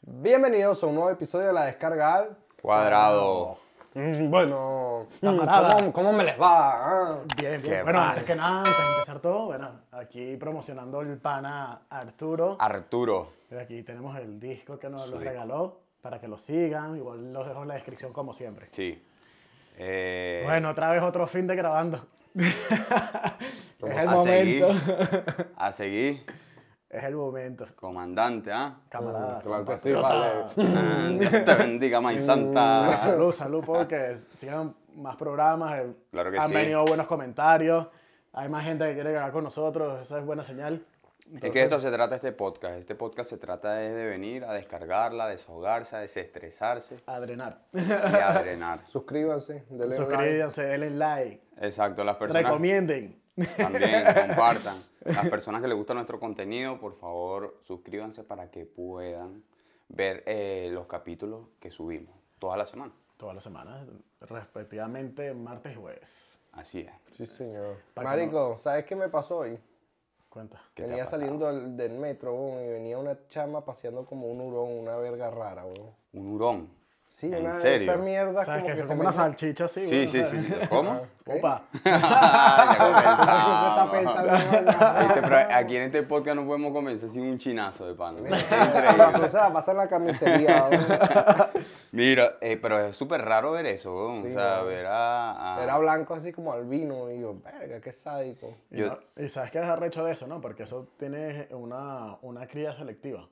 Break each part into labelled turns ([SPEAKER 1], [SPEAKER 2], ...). [SPEAKER 1] Bienvenidos a un nuevo episodio de La Descarga Al.
[SPEAKER 2] Cuadrado.
[SPEAKER 1] Mm, Bueno, mm,
[SPEAKER 3] Camarada.
[SPEAKER 1] ¿cómo, cómo me les va? Ah,
[SPEAKER 3] Bien,
[SPEAKER 2] Qué
[SPEAKER 3] bien. Bueno,
[SPEAKER 2] mal.
[SPEAKER 3] antes que nada, antes de empezar todo, bueno, aquí promocionando el pana Arturo.
[SPEAKER 2] Ah. Arturo.
[SPEAKER 3] Mira, Aquí tenemos el disco que nos
[SPEAKER 2] Su
[SPEAKER 3] lo
[SPEAKER 2] disco.
[SPEAKER 3] regaló para que lo sigan. Igual los dejo en la descripción como siempre.
[SPEAKER 2] Sí. Eh,
[SPEAKER 3] Bueno, otra vez otro fin de grabando. es el
[SPEAKER 2] a
[SPEAKER 3] momento.
[SPEAKER 2] Seguir, a seguir.
[SPEAKER 3] Es el momento.
[SPEAKER 2] Comandante, ¿ah?
[SPEAKER 3] Camarada. Mm,
[SPEAKER 1] claro que sí,
[SPEAKER 3] compatriota.
[SPEAKER 2] Ah, Dios te bendiga, May Santa.
[SPEAKER 3] Salud, salud, porque sigan más programas. eh,
[SPEAKER 2] Claro que
[SPEAKER 3] Han
[SPEAKER 2] sí.
[SPEAKER 3] venido buenos comentarios. Hay más gente que quiere grabar con nosotros. Esa es buena señal.
[SPEAKER 2] Es que de esto se trata este podcast. Este podcast se trata es de venir a descargarla, a desahogarse, a desestresarse
[SPEAKER 3] A drenar.
[SPEAKER 2] y a drenar.
[SPEAKER 1] suscríbanse, denle like.
[SPEAKER 3] Suscríbanse, denle like.
[SPEAKER 2] Exacto, las personas
[SPEAKER 3] Recomienden.
[SPEAKER 2] también compartan. Las personas que les gusta nuestro contenido, por favor, suscríbanse para que puedan ver eh, los capítulos que subimos toda la semana.
[SPEAKER 3] Todas las semanas, respectivamente, martes y jueves.
[SPEAKER 2] Así es.
[SPEAKER 1] Sí, señor.
[SPEAKER 3] Para que
[SPEAKER 1] Marico, ¿sabes qué me pasó hoy?
[SPEAKER 3] Cuenta.
[SPEAKER 2] ¿Qué te ha
[SPEAKER 1] Venía
[SPEAKER 2] pasado?
[SPEAKER 1] saliendo del, del metro, weón, y venía una chama paseando como un hurón, una verga rara, weón.
[SPEAKER 2] Un hurón.
[SPEAKER 1] Sí,
[SPEAKER 2] ¿En
[SPEAKER 1] una,
[SPEAKER 2] serio?
[SPEAKER 1] esa mierda
[SPEAKER 3] ¿Sabes
[SPEAKER 1] como
[SPEAKER 3] que,
[SPEAKER 1] que,
[SPEAKER 3] son
[SPEAKER 1] se
[SPEAKER 3] como
[SPEAKER 1] me
[SPEAKER 3] una
[SPEAKER 1] hizo-
[SPEAKER 3] salchicha así?
[SPEAKER 2] Sí,
[SPEAKER 3] bueno,
[SPEAKER 2] sí, sí. sí. ¿Cómo?
[SPEAKER 3] Opa.
[SPEAKER 1] Ah.
[SPEAKER 2] Ya
[SPEAKER 1] Siempre está
[SPEAKER 2] comenzamos.
[SPEAKER 1] pensando en la-
[SPEAKER 2] Viste, pero aquí en este podcast no podemos comenzar sin un chinazo de pan.
[SPEAKER 1] Pasó, se la pasa en la camisería, weón.
[SPEAKER 2] Mira, eh, pero es súper raro ver eso, weón.
[SPEAKER 1] Sí,
[SPEAKER 2] o sea,
[SPEAKER 1] weón.
[SPEAKER 2] ver a... a-
[SPEAKER 1] Era blanco así como albino, y yo, verga, qué sádico.
[SPEAKER 3] Y,
[SPEAKER 2] Yo-
[SPEAKER 3] no- y sabes que es arrecho de eso, ¿no? Porque eso tiene una, una cría selectiva.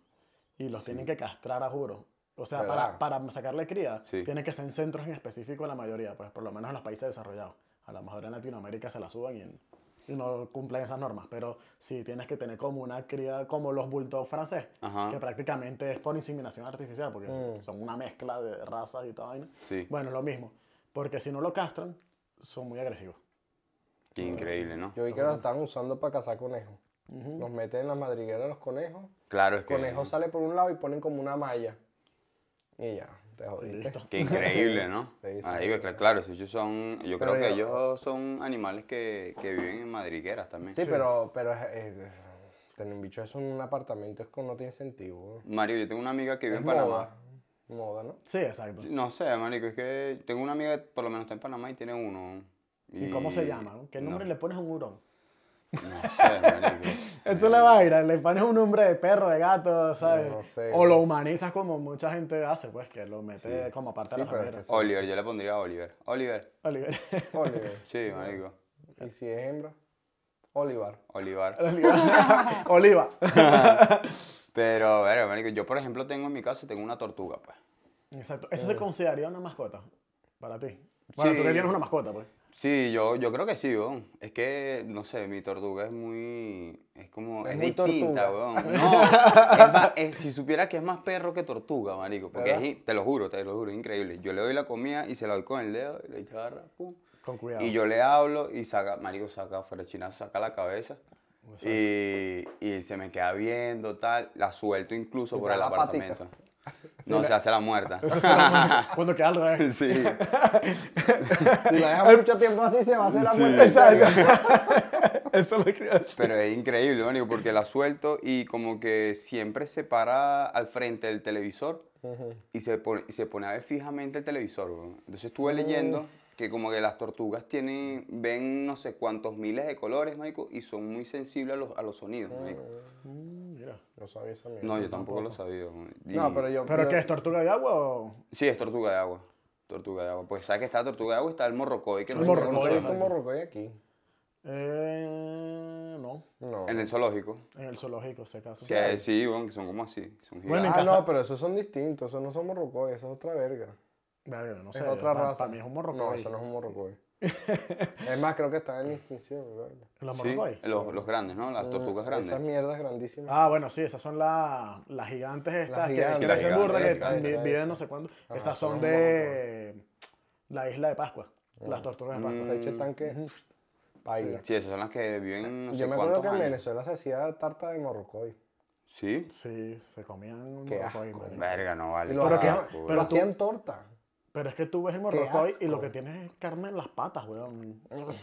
[SPEAKER 3] Y los tienen que castrar a juro. O sea,
[SPEAKER 1] ¿Verdad?
[SPEAKER 3] para, para sacarle cría,
[SPEAKER 2] Sí.
[SPEAKER 3] tiene que ser en centros en específico la mayoría, pues por lo menos en los países desarrollados. A lo mejor en Latinoamérica se la suban y, en- y no cumplen esas normas. Pero sí tienes que tener como una cría, como los bulldog francés,
[SPEAKER 2] Ajá.
[SPEAKER 3] que prácticamente es por inseminación artificial, porque
[SPEAKER 1] Mm.
[SPEAKER 3] son una mezcla de razas y toda vaina.
[SPEAKER 2] Sí,
[SPEAKER 3] Bueno, lo mismo. Porque si no lo castran, son muy agresivos.
[SPEAKER 2] qué increíble, ¿no?
[SPEAKER 1] Yo vi que los estaban usando para cazar conejos.
[SPEAKER 3] Ujú.
[SPEAKER 1] Los meten en las madrigueras de los conejos.
[SPEAKER 2] Claro, es
[SPEAKER 1] El
[SPEAKER 2] que...
[SPEAKER 1] conejo sale por un lado y ponen como una malla. Y ya, te jodiste.
[SPEAKER 3] Listo.
[SPEAKER 2] Qué increíble, ¿no?
[SPEAKER 1] Sí, sí,
[SPEAKER 2] Ahí, cl- claro, esos son... Yo
[SPEAKER 1] Pero
[SPEAKER 2] creo que
[SPEAKER 1] yo-
[SPEAKER 2] ellos son animales que, que viven en madrigueras también.
[SPEAKER 1] Sí, pero, pero es- es- tener un bicho eso en un apartamento es como no tiene sentido. güey.
[SPEAKER 2] Mario, yo tengo una amiga que vive
[SPEAKER 1] Es
[SPEAKER 2] en Panamá.
[SPEAKER 1] moda. Moda, ¿no?
[SPEAKER 3] Sí, exacto.
[SPEAKER 2] Sí, No sé, marico, es que tengo una amiga que por lo menos está en Panamá y tiene uno.
[SPEAKER 3] ¿Y cómo se llama? ¿Qué nombre
[SPEAKER 2] no,
[SPEAKER 3] le pones a un hurón?
[SPEAKER 2] No sé, marico.
[SPEAKER 3] Eso le va a ir, le pones un nombre de perro, de gato, ¿sabes?
[SPEAKER 1] No sé.
[SPEAKER 3] O lo humanizas como mucha gente hace, pues, que lo mete como parte
[SPEAKER 1] Sí,
[SPEAKER 3] de la
[SPEAKER 1] pero es
[SPEAKER 3] familia.
[SPEAKER 1] que
[SPEAKER 2] Oliver, yo le pondría Oliver. Oliver.
[SPEAKER 3] Oliver.
[SPEAKER 1] Oliver.
[SPEAKER 2] Sí, marico.
[SPEAKER 1] ¿Y si es hembra? Olivar.
[SPEAKER 2] Olivar.
[SPEAKER 3] Oliva. Oliva.
[SPEAKER 2] Pero, verga, marico, yo por ejemplo tengo en mi casa tengo una tortuga, pues.
[SPEAKER 3] Exacto. ¿Eso se consideraría una mascota para ti? Bueno,
[SPEAKER 2] Sí.
[SPEAKER 3] tú que tienes una mascota, pues.
[SPEAKER 2] Sí, yo, yo creo que sí, weón. Es que, no sé, mi tortuga es muy. Es como.
[SPEAKER 1] Es
[SPEAKER 2] Es,
[SPEAKER 1] muy
[SPEAKER 2] distinta,
[SPEAKER 1] tortuga.
[SPEAKER 2] weón. No, es más- es- si supiera que es más perro que tortuga, marico. Porque
[SPEAKER 1] ¿Verdad?
[SPEAKER 2] es- te lo juro, te lo juro, es increíble. Yo le doy la comida y se la doy con el dedo y le echo agarra, pum.
[SPEAKER 3] Con cuidado.
[SPEAKER 2] Y yo le hablo y saca, marico, saca fuera chinazo, saca la cabeza. Y, y se me queda viendo, tal. La suelto incluso
[SPEAKER 1] Y
[SPEAKER 2] por
[SPEAKER 1] te
[SPEAKER 2] el
[SPEAKER 1] da la patica.
[SPEAKER 2] apartamento. No, se hace la muerta.
[SPEAKER 3] Eso se llama- cuando queda al revés.
[SPEAKER 2] Sí.
[SPEAKER 1] Si la dejas mucho tiempo así, se va a hacer la
[SPEAKER 2] Sí.
[SPEAKER 1] muerte.
[SPEAKER 3] Exacto. Eso lo creo.
[SPEAKER 2] Pero es increíble, marico, porque la suelto y como que siempre se para al frente del televisor y se pone, y se pone a ver fijamente el televisor. weón. Entonces
[SPEAKER 3] Ah.
[SPEAKER 2] estuve leyendo que como que las tortugas tienen, ven no sé cuántos miles de colores, marico, y son muy sensibles a los, a los sonidos,
[SPEAKER 3] Ah,
[SPEAKER 2] marico.
[SPEAKER 3] Mm, mira.
[SPEAKER 1] No sabía esa mierda.
[SPEAKER 2] No, yo tampoco lo sabía. weón.
[SPEAKER 1] No,
[SPEAKER 2] Y-
[SPEAKER 1] pero yo.
[SPEAKER 3] ¿Pero
[SPEAKER 1] yo-
[SPEAKER 3] qué es? ¿Tortuga de agua o...?
[SPEAKER 2] Sí, es tortuga de agua. Tortuga de agua. Pues sabes que está la tortuga de agua y está el morrocoy que
[SPEAKER 3] El
[SPEAKER 2] nosotros
[SPEAKER 1] ¿No
[SPEAKER 3] morrocoy,
[SPEAKER 1] he
[SPEAKER 2] conocemos.
[SPEAKER 1] visto un morrocoy aquí?
[SPEAKER 3] Eh, no.
[SPEAKER 1] No.
[SPEAKER 2] En el zoológico.
[SPEAKER 3] En el zoológico, si acaso.
[SPEAKER 2] Que sí, weón, que son como así. que Son
[SPEAKER 3] Bueno,
[SPEAKER 2] gigantes.
[SPEAKER 3] en
[SPEAKER 1] Ah,
[SPEAKER 3] casa-
[SPEAKER 1] no, pero esos son distintos. Esos no son morrocoy, eso es otra verga.
[SPEAKER 3] Verga, no sé,
[SPEAKER 1] Es otra
[SPEAKER 3] pa-
[SPEAKER 1] raza.
[SPEAKER 3] Para mí es un morrocoy.
[SPEAKER 1] No, eso no es un morrocoy. es más, creo que está en extinción. Mm, ¿verdad?
[SPEAKER 3] ¿Los
[SPEAKER 2] Sí,
[SPEAKER 3] morrocoy?
[SPEAKER 2] los, los grandes, ¿no? Las tortugas grandes.
[SPEAKER 1] Esas mierdas grandísimas.
[SPEAKER 3] Ah, bueno, sí, esas son la- las gigantes estas que-
[SPEAKER 1] gigantes,
[SPEAKER 3] que
[SPEAKER 2] las
[SPEAKER 3] crecen burda, que
[SPEAKER 2] gigantes,
[SPEAKER 3] vi-
[SPEAKER 1] esas,
[SPEAKER 3] viven
[SPEAKER 1] esas.
[SPEAKER 3] no sé cuándo.
[SPEAKER 1] Ajá,
[SPEAKER 3] esas
[SPEAKER 1] son
[SPEAKER 3] son
[SPEAKER 1] los
[SPEAKER 3] de la isla de Pascua, las tortugas de
[SPEAKER 2] Mm.
[SPEAKER 1] O
[SPEAKER 3] Pascua.
[SPEAKER 1] sea, eche tanque. Paila.
[SPEAKER 2] Sí, esas son las que viven no sé
[SPEAKER 1] Yo me acuerdo
[SPEAKER 2] cuántos
[SPEAKER 1] que en
[SPEAKER 2] años.
[SPEAKER 1] Venezuela se hacía tarta de morrocoy.
[SPEAKER 2] Sí.
[SPEAKER 3] Sí, se comían un
[SPEAKER 1] Qué
[SPEAKER 3] morrocoy.
[SPEAKER 1] asco,
[SPEAKER 3] marico.
[SPEAKER 2] Verga, no vale.
[SPEAKER 1] Y lo,
[SPEAKER 2] qué
[SPEAKER 3] Pero que-
[SPEAKER 1] hacían,
[SPEAKER 2] asco,
[SPEAKER 1] lo
[SPEAKER 2] weón.
[SPEAKER 3] pero tú-
[SPEAKER 1] hacían torta.
[SPEAKER 3] Pero es que tú ves el morrocoy y
[SPEAKER 1] asco.
[SPEAKER 3] lo que tienes es carne en las patas, weón.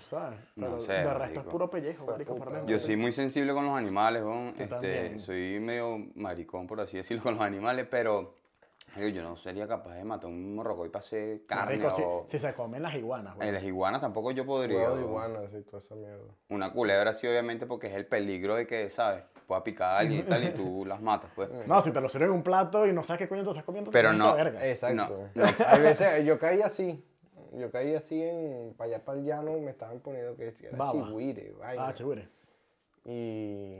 [SPEAKER 3] ¿Sabes?
[SPEAKER 2] Mm. No
[SPEAKER 3] Pero
[SPEAKER 2] sé,
[SPEAKER 3] de resto
[SPEAKER 2] marico.
[SPEAKER 3] es puro pellejo, marico, por
[SPEAKER 1] puta,
[SPEAKER 3] dentro.
[SPEAKER 2] Yo soy muy sensible con los animales, weón. Este,
[SPEAKER 3] también.
[SPEAKER 2] soy medio maricón, por así decirlo, con los animales, pero Marico, yo no sería capaz de matar un morrocoy para hacer carne
[SPEAKER 3] Marico, si,
[SPEAKER 2] o...
[SPEAKER 3] si se comen las iguanas, güey.
[SPEAKER 2] En las iguanas tampoco yo podría.
[SPEAKER 1] Huevo de
[SPEAKER 2] weón.
[SPEAKER 1] iguana, sí, toda esa mierda.
[SPEAKER 2] Una culebra sí, obviamente, porque es el peligro de que, ¿sabes? Pueda picar a alguien y tal, y tú las matas, pues.
[SPEAKER 1] Eh,
[SPEAKER 3] No, si te lo sirven en un plato y no sabes qué coño te estás comiendo, te
[SPEAKER 2] Pero
[SPEAKER 3] comes
[SPEAKER 2] no,
[SPEAKER 3] esa verga.
[SPEAKER 1] Exacto. Hay veces, yo caí así. Yo caí así en. Para allá para el llano me estaban poniendo que era
[SPEAKER 3] Baba.
[SPEAKER 1] chihuire, vaina.
[SPEAKER 3] ah, chévere.
[SPEAKER 1] y.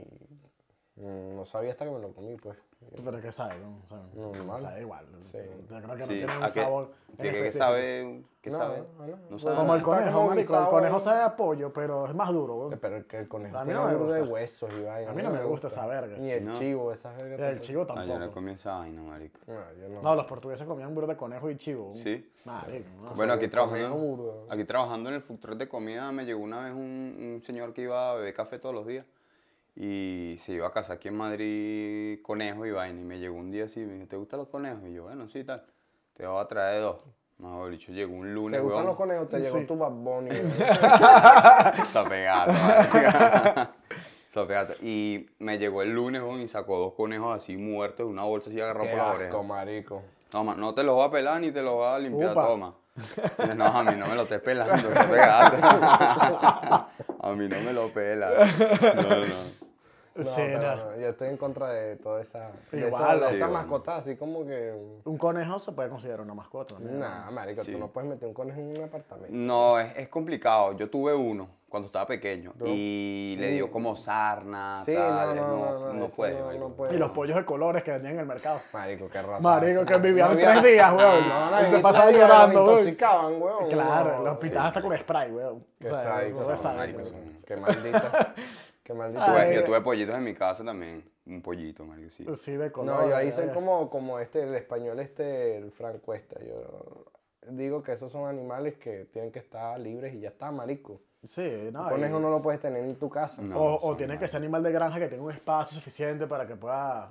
[SPEAKER 1] mm, No sabía hasta que me lo comí, pues.
[SPEAKER 3] Pero que sabe, ¿no? O sea,
[SPEAKER 1] Normal.
[SPEAKER 3] Sabe igual. Yo creo que no
[SPEAKER 2] Sí,
[SPEAKER 3] tiene
[SPEAKER 2] ¿a
[SPEAKER 3] un
[SPEAKER 2] qué?
[SPEAKER 3] sabor. en
[SPEAKER 2] Tiene que
[SPEAKER 3] específico.
[SPEAKER 2] saber. ¿Qué
[SPEAKER 1] No,
[SPEAKER 2] sabe?
[SPEAKER 1] no, no.
[SPEAKER 2] No
[SPEAKER 1] Bueno,
[SPEAKER 3] Como
[SPEAKER 2] sabe.
[SPEAKER 3] el
[SPEAKER 1] Está
[SPEAKER 3] conejo,
[SPEAKER 1] como
[SPEAKER 3] marico. El
[SPEAKER 1] guisado
[SPEAKER 3] conejo
[SPEAKER 1] en-
[SPEAKER 3] sabe a pollo, pero es más duro, güey.
[SPEAKER 1] Pero el, que el conejo
[SPEAKER 3] A mí
[SPEAKER 1] tiene
[SPEAKER 3] no me
[SPEAKER 1] burda de
[SPEAKER 3] gusta.
[SPEAKER 1] huesos y vaina.
[SPEAKER 3] A mí no me gusta esa verga.
[SPEAKER 1] Ni el
[SPEAKER 2] No.
[SPEAKER 1] chivo, esas vergas.
[SPEAKER 3] El
[SPEAKER 1] tampoco.
[SPEAKER 3] chivo
[SPEAKER 2] Ah, yo no
[SPEAKER 3] tampoco.
[SPEAKER 2] comí esa vaina, marico.
[SPEAKER 1] No, yo no.
[SPEAKER 3] No, los portugueses comían burro de conejo y chivo. güey.
[SPEAKER 2] Sí.
[SPEAKER 3] Marico, no.
[SPEAKER 2] Bueno,
[SPEAKER 1] comiendo
[SPEAKER 2] aquí trabajando,
[SPEAKER 1] burro.
[SPEAKER 2] aquí trabajando en el food truck de comida me llegó una vez un, un señor que iba a beber café todos los días y se iba a casa aquí en Madrid conejos y vaina y me llegó un día así y me dijo, ¿te gustan los conejos? Y yo, bueno, sí, tal. Te voy a traer dos. Mejor dicho, llegó un
[SPEAKER 1] ¿Te
[SPEAKER 2] lunes,
[SPEAKER 1] gustan los
[SPEAKER 2] weón.
[SPEAKER 1] conejos? Te llegó
[SPEAKER 3] Sí.
[SPEAKER 1] tu Bad Bunny. weón.
[SPEAKER 2] Sopegato, marico. Sopegato. Y me llegó el lunes, weón, y sacó dos conejos así muertos de una bolsa así agarrado
[SPEAKER 1] Qué
[SPEAKER 2] por la oreja.
[SPEAKER 1] asco, marico.
[SPEAKER 2] Toma, no te los voy a pelar ni te los voy a limpiar,
[SPEAKER 3] Upa.
[SPEAKER 2] toma. Y yo, No, a mí no me lo estés pelando, ese pegaste. a mí no me lo pela. No, no.
[SPEAKER 1] No,
[SPEAKER 3] Sí,
[SPEAKER 1] pero
[SPEAKER 3] no.
[SPEAKER 1] no, yo estoy en contra de toda esa. De esa,
[SPEAKER 3] Igual,
[SPEAKER 1] de
[SPEAKER 2] sí,
[SPEAKER 1] esa
[SPEAKER 2] bueno.
[SPEAKER 1] mascota, así como que.
[SPEAKER 3] Un conejo se puede considerar una mascota. ¿no?
[SPEAKER 1] Nah, marico,
[SPEAKER 2] Sí.
[SPEAKER 1] tú no puedes meter un conejo en un apartamento.
[SPEAKER 2] No, es, es complicado. Yo tuve uno cuando estaba pequeño y le dio como sarna,
[SPEAKER 1] Mm. Sí, no,
[SPEAKER 2] tal. No,
[SPEAKER 1] no,
[SPEAKER 2] no,
[SPEAKER 1] no, no, eso
[SPEAKER 2] puede,
[SPEAKER 1] no-
[SPEAKER 2] marico.
[SPEAKER 1] no puede.
[SPEAKER 3] Y los pollos de colores que vendían en el mercado.
[SPEAKER 1] Marico, qué rata.
[SPEAKER 3] Marico, que vivían
[SPEAKER 1] había-
[SPEAKER 3] tres días, weón.
[SPEAKER 1] No,
[SPEAKER 3] y
[SPEAKER 1] no,
[SPEAKER 3] se pasaban llorando,
[SPEAKER 1] llorando, Los
[SPEAKER 3] weón.
[SPEAKER 1] intoxicaban, weón.
[SPEAKER 3] Claro,
[SPEAKER 1] no,
[SPEAKER 3] los
[SPEAKER 1] sí.
[SPEAKER 3] pitaban hasta con spray, weón.
[SPEAKER 1] Qué
[SPEAKER 3] O sea,
[SPEAKER 1] sádico,
[SPEAKER 3] no
[SPEAKER 1] son,
[SPEAKER 3] se sabe,
[SPEAKER 2] marico,
[SPEAKER 3] weón.
[SPEAKER 2] son. weón.
[SPEAKER 1] Qué maldita. Qué maldita.
[SPEAKER 3] Ay,
[SPEAKER 2] Tuve-
[SPEAKER 1] sea.
[SPEAKER 2] yo tuve pollitos en mi casa también. Un pollito, marico, sí.
[SPEAKER 3] Sí, de eh. color.
[SPEAKER 1] No, yo ahí
[SPEAKER 3] ya,
[SPEAKER 1] soy
[SPEAKER 3] ya.
[SPEAKER 1] como, como este, el español este, el francuesta. Yo digo que esos son animales que tienen que estar libres y ya está, marico.
[SPEAKER 3] Sí, no.
[SPEAKER 1] Un
[SPEAKER 3] y-
[SPEAKER 1] conejo no lo puedes tener en tu casa.
[SPEAKER 2] No.
[SPEAKER 3] o o
[SPEAKER 2] son
[SPEAKER 3] tiene que ser animal de granja que tenga un espacio suficiente para que pueda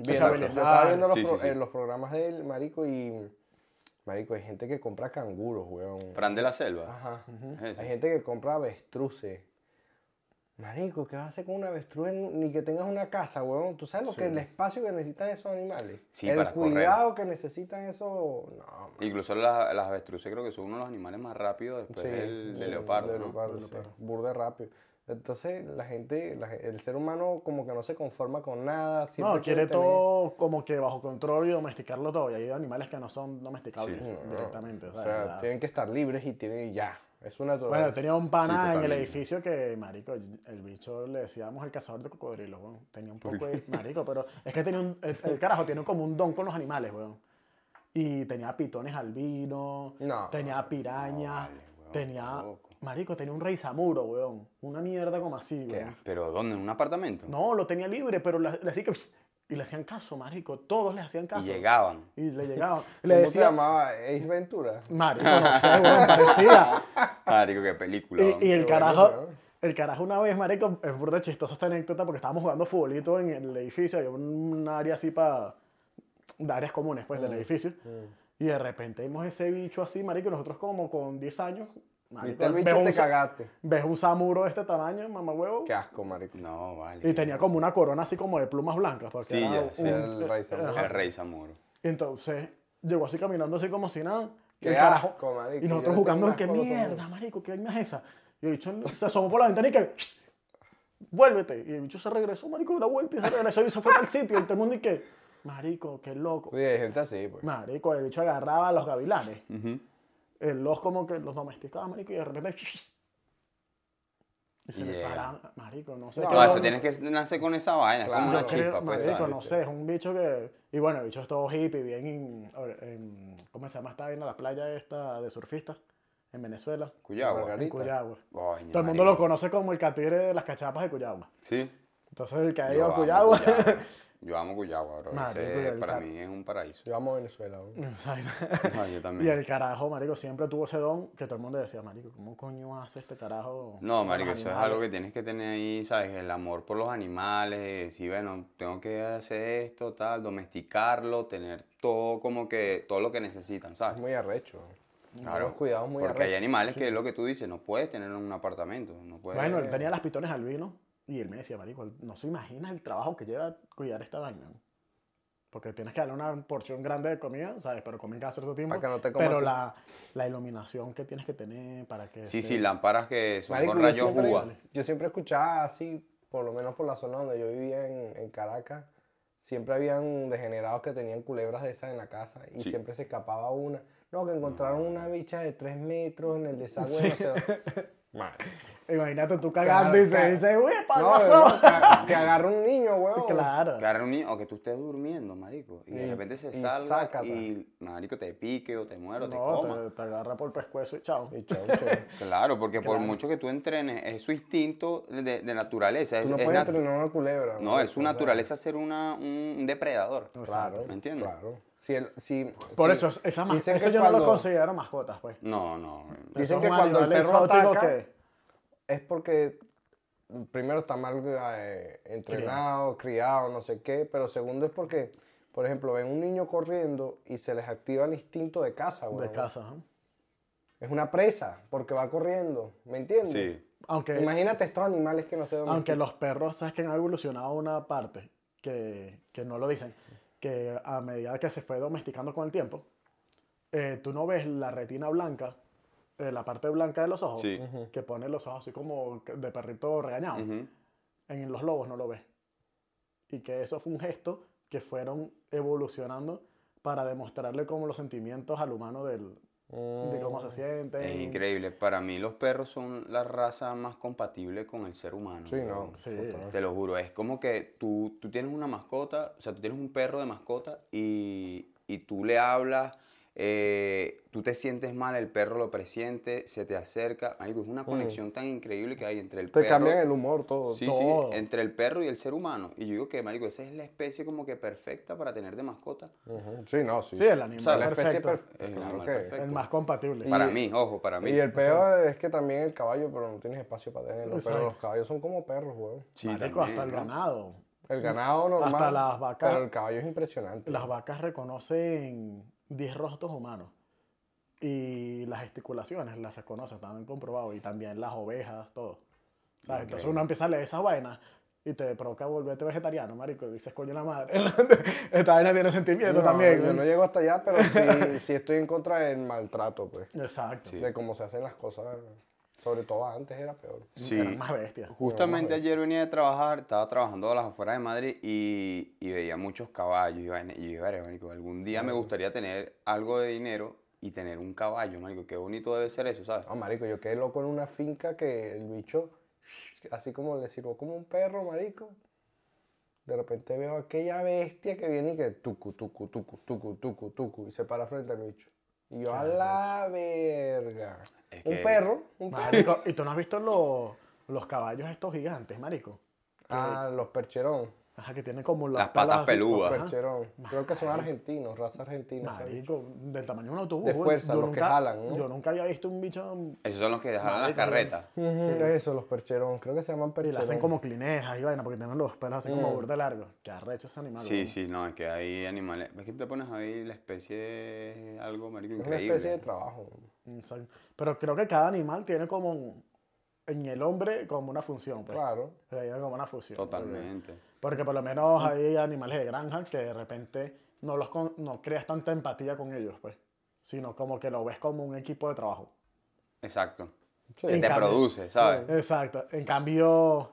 [SPEAKER 1] Bien, yo estaba viendo
[SPEAKER 3] estabilizar.
[SPEAKER 1] los,
[SPEAKER 2] Sí, sí,
[SPEAKER 1] pro-
[SPEAKER 2] sí.
[SPEAKER 1] eh, los programas del marico y... Marico, hay gente que compra canguros, weón.
[SPEAKER 2] Fran de la selva.
[SPEAKER 1] Ajá.
[SPEAKER 2] Ese.
[SPEAKER 1] Hay gente que compra avestruces. Marico, ¿qué vas a hacer con un avestruz? en- Ni que tengas una casa, weón. ¿Tú sabes lo que el espacio que necesitan esos animales?
[SPEAKER 2] Sí,
[SPEAKER 1] el
[SPEAKER 2] para correr.
[SPEAKER 1] cuidado que necesitan esos... No,
[SPEAKER 2] Incluso las, las avestruces creo que son uno de los animales más rápidos después Pues, del, del
[SPEAKER 1] sí,
[SPEAKER 2] leopardo,
[SPEAKER 1] del
[SPEAKER 2] ¿no?
[SPEAKER 1] leopardo, sí. Burda rápido. Entonces, la gente, la gen- el ser humano como que no se conforma con nada. Siempre
[SPEAKER 3] No, quiere
[SPEAKER 1] tener-
[SPEAKER 3] todo como que bajo control y domesticarlo todo. Y hay animales que no son domesticables
[SPEAKER 2] Sí.
[SPEAKER 3] directamente.
[SPEAKER 1] O
[SPEAKER 3] ¿sabes?
[SPEAKER 1] sea,
[SPEAKER 3] Ya.
[SPEAKER 1] tienen que estar libres y tienen ya. Es una
[SPEAKER 3] Bueno, yo tenía un pana en el
[SPEAKER 2] totalmente.
[SPEAKER 3] edificio que, marico, el bicho le decíamos el cazador de cocodrilos, weón. Tenía un poco de, marico, pero es que tenía un, el, el carajo tiene como un don con los animales, weón. Y tenía pitones albinos,
[SPEAKER 1] No,
[SPEAKER 3] tenía pirañas,
[SPEAKER 2] vale, weón,
[SPEAKER 3] tenía,
[SPEAKER 2] está loco.
[SPEAKER 3] marico, tenía un rey samuro, weón. Una mierda como así, weón.
[SPEAKER 2] ¿Pero dónde? ¿En un apartamento?
[SPEAKER 3] No, lo tenía libre, pero le, le hacía que, y le hacían caso, marico. Todos le hacían caso.
[SPEAKER 2] Y llegaban.
[SPEAKER 3] Y le llegaban. Le
[SPEAKER 1] ¿Cómo se
[SPEAKER 3] decía,
[SPEAKER 1] llamaba? Ace Ventura.
[SPEAKER 3] marico, no sé, weón, parecía.
[SPEAKER 2] Marico, qué película.
[SPEAKER 3] Y-
[SPEAKER 2] ¿no?
[SPEAKER 3] Y, el
[SPEAKER 1] Qué bueno,
[SPEAKER 3] carajo,
[SPEAKER 1] weón.
[SPEAKER 3] el carajo una vez, marico, es burda chistosa esta anécdota porque estábamos jugando futbolito en el edificio, había un, un área así para, de áreas comunes pues del edificio, y de repente vimos ese bicho así, marico, y nosotros como con 10 años, marico,
[SPEAKER 1] Viste el bicho
[SPEAKER 3] un,
[SPEAKER 1] te
[SPEAKER 3] sa-
[SPEAKER 1] cagaste.
[SPEAKER 3] ves un samuro de este tamaño, mamá huevo,
[SPEAKER 1] Qué asco, marico.
[SPEAKER 2] No, vale.
[SPEAKER 3] y tenía como una corona así como de plumas blancas, porque
[SPEAKER 2] Sí,
[SPEAKER 3] era
[SPEAKER 2] ya, sí,
[SPEAKER 3] un-
[SPEAKER 1] era el rey samuro.
[SPEAKER 3] Ajá.
[SPEAKER 2] El rey Samuro.
[SPEAKER 3] Entonces, llegó así caminando así como si nada. y
[SPEAKER 1] Qué
[SPEAKER 3] el carajo-
[SPEAKER 1] asco, marico,
[SPEAKER 3] Y
[SPEAKER 1] yo
[SPEAKER 3] nosotros
[SPEAKER 1] le
[SPEAKER 3] jugando,
[SPEAKER 1] tengo
[SPEAKER 3] qué
[SPEAKER 1] asco a los hombres".
[SPEAKER 3] mierda, marico, qué vaina es esa. Y el bicho se asomó por la ventana y que, "Shh, vuélvete. Y el bicho se regresó, marico, de una vuelta y se regresó y se fue al sitio. Y todo el mundo y que, marico, qué loco.
[SPEAKER 1] Sí, hay gente así, pues.
[SPEAKER 3] Marico, el bicho agarraba a los gavilanes. El los como que los domesticaba, marico, y de repente, "Shh, shh". Y se le
[SPEAKER 2] Yeah.
[SPEAKER 3] paraban, marico, no sé.
[SPEAKER 1] No,
[SPEAKER 3] qué
[SPEAKER 2] No,
[SPEAKER 1] Claro.
[SPEAKER 2] eso tienes que nacer con esa vaina. Es como
[SPEAKER 1] Claro.
[SPEAKER 2] una
[SPEAKER 3] yo creo,
[SPEAKER 2] chispa, pues,
[SPEAKER 3] marico,
[SPEAKER 2] ¿sabes?
[SPEAKER 3] no sé, es un bicho que... Y bueno, el bicho es todo hippie, bien en... en- ¿Cómo se llama esta vaina? La playa esta de surfistas en Venezuela,
[SPEAKER 2] Cuyagua.
[SPEAKER 1] Margarita.
[SPEAKER 3] en Cuyagua.
[SPEAKER 2] Coño,
[SPEAKER 3] Todo el mundo lo
[SPEAKER 2] marico.
[SPEAKER 3] conoce como el catire de las cachapas de Cuyagua.
[SPEAKER 2] Sí.
[SPEAKER 3] Entonces el que ha ido a
[SPEAKER 2] amo
[SPEAKER 3] Cuyagua...
[SPEAKER 2] Yo amo Cuyagua, bro.
[SPEAKER 3] Marico,
[SPEAKER 2] Ese,
[SPEAKER 3] el
[SPEAKER 2] para
[SPEAKER 3] car-
[SPEAKER 2] mí es un paraíso.
[SPEAKER 1] Yo amo Venezuela, weón.
[SPEAKER 3] Exacto.
[SPEAKER 2] No, yo
[SPEAKER 3] y
[SPEAKER 2] también.
[SPEAKER 3] el carajo, marico, siempre tuvo ese don que todo el mundo decía, marico, ¿cómo coño hace este carajo?
[SPEAKER 2] No,
[SPEAKER 3] con
[SPEAKER 2] marico,
[SPEAKER 3] los
[SPEAKER 2] eso es
[SPEAKER 3] animales?"
[SPEAKER 2] algo que tienes que tener ahí, ¿sabes? El amor por los animales, de decir, bueno, tengo que hacer esto, tal, domesticarlo, tener todo como que, todo lo que necesitan,
[SPEAKER 1] Es
[SPEAKER 2] ¿sabes?
[SPEAKER 1] muy arrecho.
[SPEAKER 2] Claro,
[SPEAKER 1] Unos cuidados muy
[SPEAKER 2] porque hay
[SPEAKER 1] arrechos.
[SPEAKER 2] animales que es lo que tú dices, no puedes tenerlo en un apartamento, no puedes...
[SPEAKER 3] Bueno, él tenía las pitones al vino y él me decía, marico, no se imagina el trabajo que lleva cuidar esta vaina. Porque tienes que darle una porción grande de comida, ¿sabes? Pero comen cada cierto tiempo.
[SPEAKER 1] Para que no te comas
[SPEAKER 3] pero
[SPEAKER 1] tú.
[SPEAKER 3] la, la iluminación que tienes que tener para que...
[SPEAKER 2] Sí,
[SPEAKER 3] se-
[SPEAKER 2] sí, lámparas que son
[SPEAKER 1] este, Marico,
[SPEAKER 2] con
[SPEAKER 1] yo
[SPEAKER 2] rayos
[SPEAKER 1] siempre,
[SPEAKER 2] UVA.
[SPEAKER 1] yo siempre escuchaba así, por lo menos por la zona donde yo vivía en, en Caracas, siempre habían degenerados que tenían culebras de esas en la casa y
[SPEAKER 2] Sí.
[SPEAKER 1] siempre se escapaba una. No, que encontraron una bicha de 3 metros en el desagüe. de No, sé-
[SPEAKER 3] Imagínate tú cagando y se
[SPEAKER 1] claro.
[SPEAKER 3] dice, uy, ¿qué
[SPEAKER 1] No,
[SPEAKER 3] pasó?
[SPEAKER 1] no, que, que agarra un niño, weón.
[SPEAKER 3] Claro.
[SPEAKER 2] Claro, un niño- o que tú estés durmiendo, marico, y de
[SPEAKER 1] Y-
[SPEAKER 2] repente se
[SPEAKER 1] y pues.
[SPEAKER 2] salga
[SPEAKER 1] sácata.
[SPEAKER 2] y, marico, te pique o te muero, te
[SPEAKER 3] No,
[SPEAKER 2] coma.
[SPEAKER 3] te, te agarra por el pescuezo y chao.
[SPEAKER 1] Y chau, chau.
[SPEAKER 2] Claro, porque por mucho que tú entrenes, es su instinto de, de naturaleza. Es,
[SPEAKER 1] Tú no
[SPEAKER 2] es
[SPEAKER 1] puedes
[SPEAKER 2] nat-
[SPEAKER 1] entrenar una culebra.
[SPEAKER 2] no, es su
[SPEAKER 1] un
[SPEAKER 2] naturaleza ser una, un depredador.
[SPEAKER 1] Claro.
[SPEAKER 2] ¿Me entiendes?
[SPEAKER 1] Claro. Si el, si,
[SPEAKER 3] Por
[SPEAKER 1] si-
[SPEAKER 3] eso, esa mas-
[SPEAKER 1] dicen
[SPEAKER 3] eso
[SPEAKER 1] que
[SPEAKER 3] yo no lo
[SPEAKER 1] cuando-
[SPEAKER 3] considero mascotas, pues.
[SPEAKER 2] No, no.
[SPEAKER 1] Dicen
[SPEAKER 3] Eso es
[SPEAKER 1] que
[SPEAKER 3] un
[SPEAKER 1] cuando el
[SPEAKER 3] animal
[SPEAKER 1] perro
[SPEAKER 3] exótico
[SPEAKER 1] ataca, Ah,
[SPEAKER 3] que-
[SPEAKER 1] es porque primero está mal eh, entrenado, criado, no sé qué, pero segundo es porque, por ejemplo, ven un niño corriendo y se les activa el instinto de caza, güey.
[SPEAKER 3] de casa. ¿no?
[SPEAKER 1] Es una presa porque va corriendo, ¿me entiendes?
[SPEAKER 2] Sí.
[SPEAKER 3] Aunque,
[SPEAKER 1] Imagínate estos animales que no se
[SPEAKER 3] aunque los perros, ¿sabes que han evolucionado una parte? Que, que no lo dicen. Que a medida que se fue domesticando con el tiempo, eh, tú no ves la retina blanca, eh, la parte blanca de los ojos,
[SPEAKER 2] Sí.
[SPEAKER 3] que pone los ojos así como de perrito regañado.
[SPEAKER 2] Ujú.
[SPEAKER 3] en los lobos no lo ves. Y que eso fue un gesto que fueron evolucionando para demostrarle como los sentimientos al humano del,
[SPEAKER 1] Mm.
[SPEAKER 3] de cómo se siente.
[SPEAKER 2] Es increíble. Para mí los perros son la raza más compatible con el ser humano.
[SPEAKER 1] Sí, no.
[SPEAKER 3] Sí.
[SPEAKER 1] total.
[SPEAKER 2] Te lo juro, es como que tú, tú tienes una mascota, o sea, tú tienes un perro de mascota y, y tú le hablas, eh, tú te sientes mal, el perro lo presiente, se te acerca. Marico, es una conexión tan increíble que hay entre el
[SPEAKER 1] Te
[SPEAKER 2] perro.
[SPEAKER 1] cambian el humor todo.
[SPEAKER 2] Sí, sí,
[SPEAKER 3] todo.
[SPEAKER 2] entre el perro y el ser humano. Y yo digo que, marico, esa es la especie como que perfecta para tener de mascota.
[SPEAKER 1] Ujú. Sí, no, sí.
[SPEAKER 3] Sí, el animal
[SPEAKER 2] O sea, la
[SPEAKER 1] especie
[SPEAKER 3] perfecto,
[SPEAKER 1] perfe-
[SPEAKER 2] Es el
[SPEAKER 1] claro
[SPEAKER 2] animal
[SPEAKER 1] que-
[SPEAKER 2] perfecto.
[SPEAKER 3] el más compatible.
[SPEAKER 2] Para mí, ojo, para mí.
[SPEAKER 1] Y el peor es que también el caballo, pero no tienes espacio para tenerlo. Pero
[SPEAKER 3] Exacto.
[SPEAKER 1] los caballos son como perros, weón.
[SPEAKER 2] Sí,
[SPEAKER 3] Marico,
[SPEAKER 2] también,
[SPEAKER 3] hasta el
[SPEAKER 2] ¿no?
[SPEAKER 3] ganado.
[SPEAKER 1] El ganado normal.
[SPEAKER 3] Hasta las vacas.
[SPEAKER 1] Pero el caballo es impresionante.
[SPEAKER 3] Las vacas reconocen 10 rostros humanos. Y las gesticulaciones las reconocen, están comprobados. Y también las ovejas, todo. ¿Sabes? Entonces uno empieza a leer esas vainas y te provoca volverte vegetariano, marico. Y dices, coño, la madre. Esta vaina tiene sentimiento
[SPEAKER 1] No,
[SPEAKER 3] también. ¿eh?
[SPEAKER 1] Yo no llego hasta allá, pero sí, sí estoy en contra del maltrato, pues.
[SPEAKER 3] Exacto.
[SPEAKER 2] Sí.
[SPEAKER 1] De cómo se hacen las cosas. Sobre todo antes era peor.
[SPEAKER 2] Sí.
[SPEAKER 3] Eran más bestias.
[SPEAKER 2] Justamente ayer venía de trabajar, estaba trabajando a las afueras de Madrid y, y veía muchos caballos. Y, vaina, y yo, "Verga, marico, algún día me gustaría tener algo de dinero y tener un caballo, marico. Qué bonito debe ser eso, ¿sabes?
[SPEAKER 1] No, marico, yo quedé loco en una finca que el bicho, así como le sirvo como un perro, marico. De repente veo aquella bestia que viene y que tucu, tucu, tucu, tucu, tucu, tucu, y se para frente al bicho. Y yo, a la verga.
[SPEAKER 2] Es
[SPEAKER 1] Un
[SPEAKER 2] que-
[SPEAKER 1] perro, un perro.
[SPEAKER 3] Marico, ¿y tú no has visto los, los caballos estos gigantes, marico?
[SPEAKER 1] Ah, los percherón.
[SPEAKER 3] Ajá, que tienen como las,
[SPEAKER 2] Las patas
[SPEAKER 3] así,
[SPEAKER 2] peludas.
[SPEAKER 3] ajá.
[SPEAKER 1] Percherón. Creo que son argentinos, raza argentina. ¿sabes?
[SPEAKER 3] Marico, del tamaño de un autobús.
[SPEAKER 1] De
[SPEAKER 3] güey.
[SPEAKER 1] fuerza, los que jalan, ¿no?
[SPEAKER 3] Yo nunca había visto un bicho
[SPEAKER 2] Esos son los que dejaron las
[SPEAKER 3] Marico,
[SPEAKER 2] carretas.
[SPEAKER 1] Ujú, Eso, los percherón. Creo que se llaman
[SPEAKER 3] y
[SPEAKER 1] percherón.
[SPEAKER 3] le hacen como clinejas y vaina, porque tienen los pelos así como burde largo. Qué arrecho ese animal.
[SPEAKER 2] Mm. Sí,
[SPEAKER 3] güey.
[SPEAKER 2] sí, no, es que hay animales. Es que te pones a ver la especie es algo, marico,
[SPEAKER 1] Es una
[SPEAKER 2] increíble.
[SPEAKER 1] especie de trabajo.
[SPEAKER 3] Exacto. Mm, Pero creo que cada animal tiene como un- en el hombre como una función. Pues.
[SPEAKER 1] Claro.
[SPEAKER 3] Le dieron como una función.
[SPEAKER 2] Totalmente.
[SPEAKER 3] Porque por lo menos hay animales de granja que de repente no, los con- no creas tanta empatía con ellos, pues. Sino como que lo ves como un equipo de trabajo.
[SPEAKER 2] Exacto.
[SPEAKER 1] Sí.
[SPEAKER 2] Que
[SPEAKER 3] En
[SPEAKER 2] te
[SPEAKER 3] cambio-
[SPEAKER 2] produce, ¿sabes?
[SPEAKER 3] Exacto. En cambio,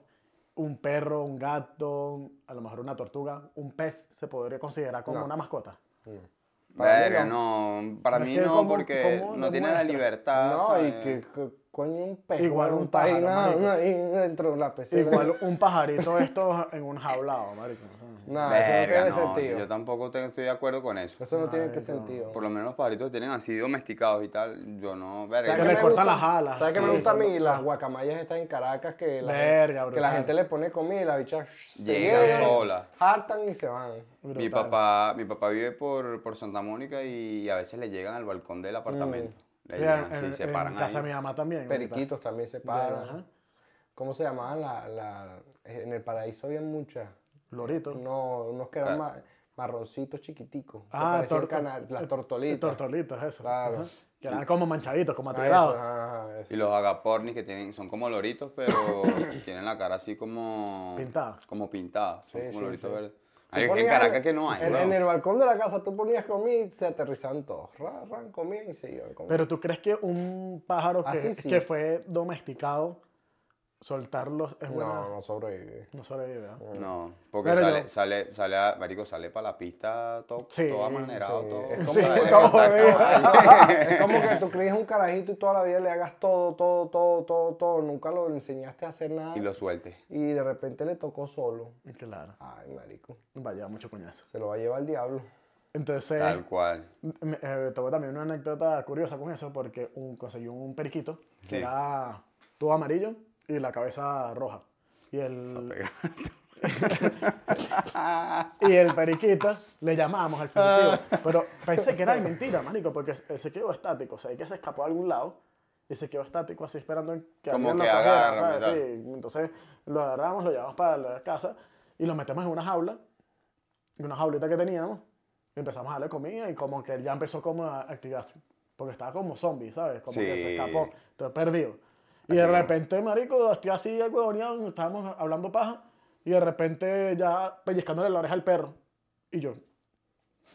[SPEAKER 3] un perro, un gato, a lo mejor una tortuga, un pez se podría considerar como
[SPEAKER 1] No.
[SPEAKER 3] una mascota.
[SPEAKER 1] Mm. Para mí
[SPEAKER 2] Verga, no. Para
[SPEAKER 3] Pero es
[SPEAKER 2] mí
[SPEAKER 3] que
[SPEAKER 2] no,
[SPEAKER 3] ¿cómo-
[SPEAKER 2] porque
[SPEAKER 3] cómo
[SPEAKER 2] no
[SPEAKER 3] lo
[SPEAKER 2] tiene la
[SPEAKER 3] muestra?
[SPEAKER 2] libertad.
[SPEAKER 1] No, y
[SPEAKER 2] ¿sabes?
[SPEAKER 1] que, que coño un pez.
[SPEAKER 3] Igual
[SPEAKER 1] weón,
[SPEAKER 3] un
[SPEAKER 1] está ahí
[SPEAKER 3] pájaro,
[SPEAKER 1] nada-
[SPEAKER 3] marico.
[SPEAKER 1] ahí dentro de la pecera.
[SPEAKER 3] Igual un pajarito esto en un jaulado, marico. o sea.
[SPEAKER 1] No,
[SPEAKER 2] Verga,
[SPEAKER 1] ah, eso no
[SPEAKER 2] no,
[SPEAKER 1] tiene sentido.
[SPEAKER 2] yo tampoco te- estoy de acuerdo con eso.
[SPEAKER 1] Eso no tiene que
[SPEAKER 3] Marico.
[SPEAKER 1] sentido.
[SPEAKER 2] Por lo menos los pajaritos tienen así domesticados y tal. Yo no, verga.
[SPEAKER 1] ¿Sabes
[SPEAKER 3] que
[SPEAKER 1] qué
[SPEAKER 3] le
[SPEAKER 1] me
[SPEAKER 3] cortan
[SPEAKER 1] gusta?
[SPEAKER 3] las alas,
[SPEAKER 1] ¿Sabes qué me
[SPEAKER 3] sí.
[SPEAKER 1] gusta a mí? Las guacamayas estas en Caracas que la,
[SPEAKER 3] Verga,
[SPEAKER 1] gente, que la
[SPEAKER 3] brutal.
[SPEAKER 1] gente le pone comida y la bicha se
[SPEAKER 2] Llegan
[SPEAKER 1] llegan,
[SPEAKER 2] solas.
[SPEAKER 1] Hartan y se van.
[SPEAKER 2] mi,
[SPEAKER 3] Brutal.
[SPEAKER 2] papá, mi papá vive por, por Santa Mónica y a veces le llegan al balcón del apartamento. Le
[SPEAKER 3] Sí,
[SPEAKER 2] llegan
[SPEAKER 3] en-
[SPEAKER 2] así,
[SPEAKER 3] en-
[SPEAKER 2] se
[SPEAKER 3] en
[SPEAKER 2] paran
[SPEAKER 3] casa de mi
[SPEAKER 2] ahí.
[SPEAKER 3] mamá también. ahorita.
[SPEAKER 1] Periquitos también se
[SPEAKER 3] Llegan,
[SPEAKER 1] paran.
[SPEAKER 3] ajá.
[SPEAKER 1] ¿Cómo se llamaban? La, la- en el paraíso había muchas.
[SPEAKER 3] Lorito.
[SPEAKER 1] No, unos que eran
[SPEAKER 2] Claro.
[SPEAKER 1] ma- marroncitos chiquiticos. que
[SPEAKER 3] Ah,
[SPEAKER 1] parecían
[SPEAKER 3] torto-
[SPEAKER 1] canar- las tortolitas.
[SPEAKER 3] Tortolitos, eso.
[SPEAKER 1] Claro.
[SPEAKER 3] ajá. Que eran como manchaditos, como
[SPEAKER 1] Ah, eso,
[SPEAKER 3] atregados.
[SPEAKER 1] ajá, ajá, eso.
[SPEAKER 2] Y los agapornis que tienen, son como loritos, pero tienen la cara así como...
[SPEAKER 3] Pintada.
[SPEAKER 2] Como pintada. Son
[SPEAKER 1] Sí,
[SPEAKER 2] como
[SPEAKER 1] sí,
[SPEAKER 2] loritos
[SPEAKER 1] sí.
[SPEAKER 2] verdes.
[SPEAKER 1] Tú
[SPEAKER 2] Marico, que en
[SPEAKER 1] ponías
[SPEAKER 2] Caracas que no hay,
[SPEAKER 1] En,
[SPEAKER 2] ¿no?
[SPEAKER 1] en el balcón de la casa tú ponías comida y se aterrizaban todos. Ran, ran, comían y se iban. Comían.
[SPEAKER 3] Pero tú crees que un pájaro que,
[SPEAKER 1] Así Ah, sí.
[SPEAKER 3] que fue domesticado, soltarlos es
[SPEAKER 1] no,
[SPEAKER 3] bueno.
[SPEAKER 1] no sobrevive.
[SPEAKER 3] No sobrevive, ¿ah? ¿verdad?
[SPEAKER 2] No, porque
[SPEAKER 3] Pero
[SPEAKER 2] sale,
[SPEAKER 3] yo-
[SPEAKER 2] sale, sale, a- marico, sale para la pista todo,
[SPEAKER 3] Sí,
[SPEAKER 2] todo amanerado,
[SPEAKER 1] sí.
[SPEAKER 2] todo.
[SPEAKER 1] Es como- todo,
[SPEAKER 2] todo dale, que está
[SPEAKER 3] mira.
[SPEAKER 2] acabado.
[SPEAKER 1] es como que tú crees un carajito y toda la vida le hagas todo, todo, todo, todo, todo. Nunca lo enseñaste a hacer nada.
[SPEAKER 2] Y
[SPEAKER 1] Y,
[SPEAKER 2] lo suelte.
[SPEAKER 1] de repente le tocó solo.
[SPEAKER 3] Claro.
[SPEAKER 1] Ay, marico.
[SPEAKER 3] Vaya, mucho coñazo.
[SPEAKER 1] Se lo va a llevar el diablo.
[SPEAKER 3] Entonces,
[SPEAKER 2] Tal cual.
[SPEAKER 3] Me- eh, tuve también una anécdota curiosa con eso porque un, conseguí un periquito que
[SPEAKER 2] Sí.
[SPEAKER 3] era todo amarillo y la cabeza roja. Y el,
[SPEAKER 2] Pega.
[SPEAKER 3] y el periquito le llamábamos al
[SPEAKER 2] Ah.
[SPEAKER 3] fugitivo. Pero pensé que era de mentira, marico, porque él se quedó estático. O sea, que se escapó a algún lado y se quedó estático así esperando que
[SPEAKER 2] Como
[SPEAKER 3] alguien lo
[SPEAKER 2] que
[SPEAKER 3] cogiera,
[SPEAKER 2] agárrame,
[SPEAKER 3] ¿sabes?
[SPEAKER 2] tal.
[SPEAKER 3] Sí, Entonces lo agarramos, lo llevamos para la casa y lo metemos en una jaula, en una jaulita que teníamos. Y empezamos a darle comida y como que él ya empezó como a activarse. Porque estaba como zombie, ¿sabes? Como que se
[SPEAKER 2] Sí.
[SPEAKER 3] escapó. Entonces perdido. Y
[SPEAKER 2] Así
[SPEAKER 3] de
[SPEAKER 2] mismo.
[SPEAKER 3] repente, marico, estoy así, huevoneado, estábamos hablando paja. Y de repente ya pellizcándole la oreja al perro. Y yo,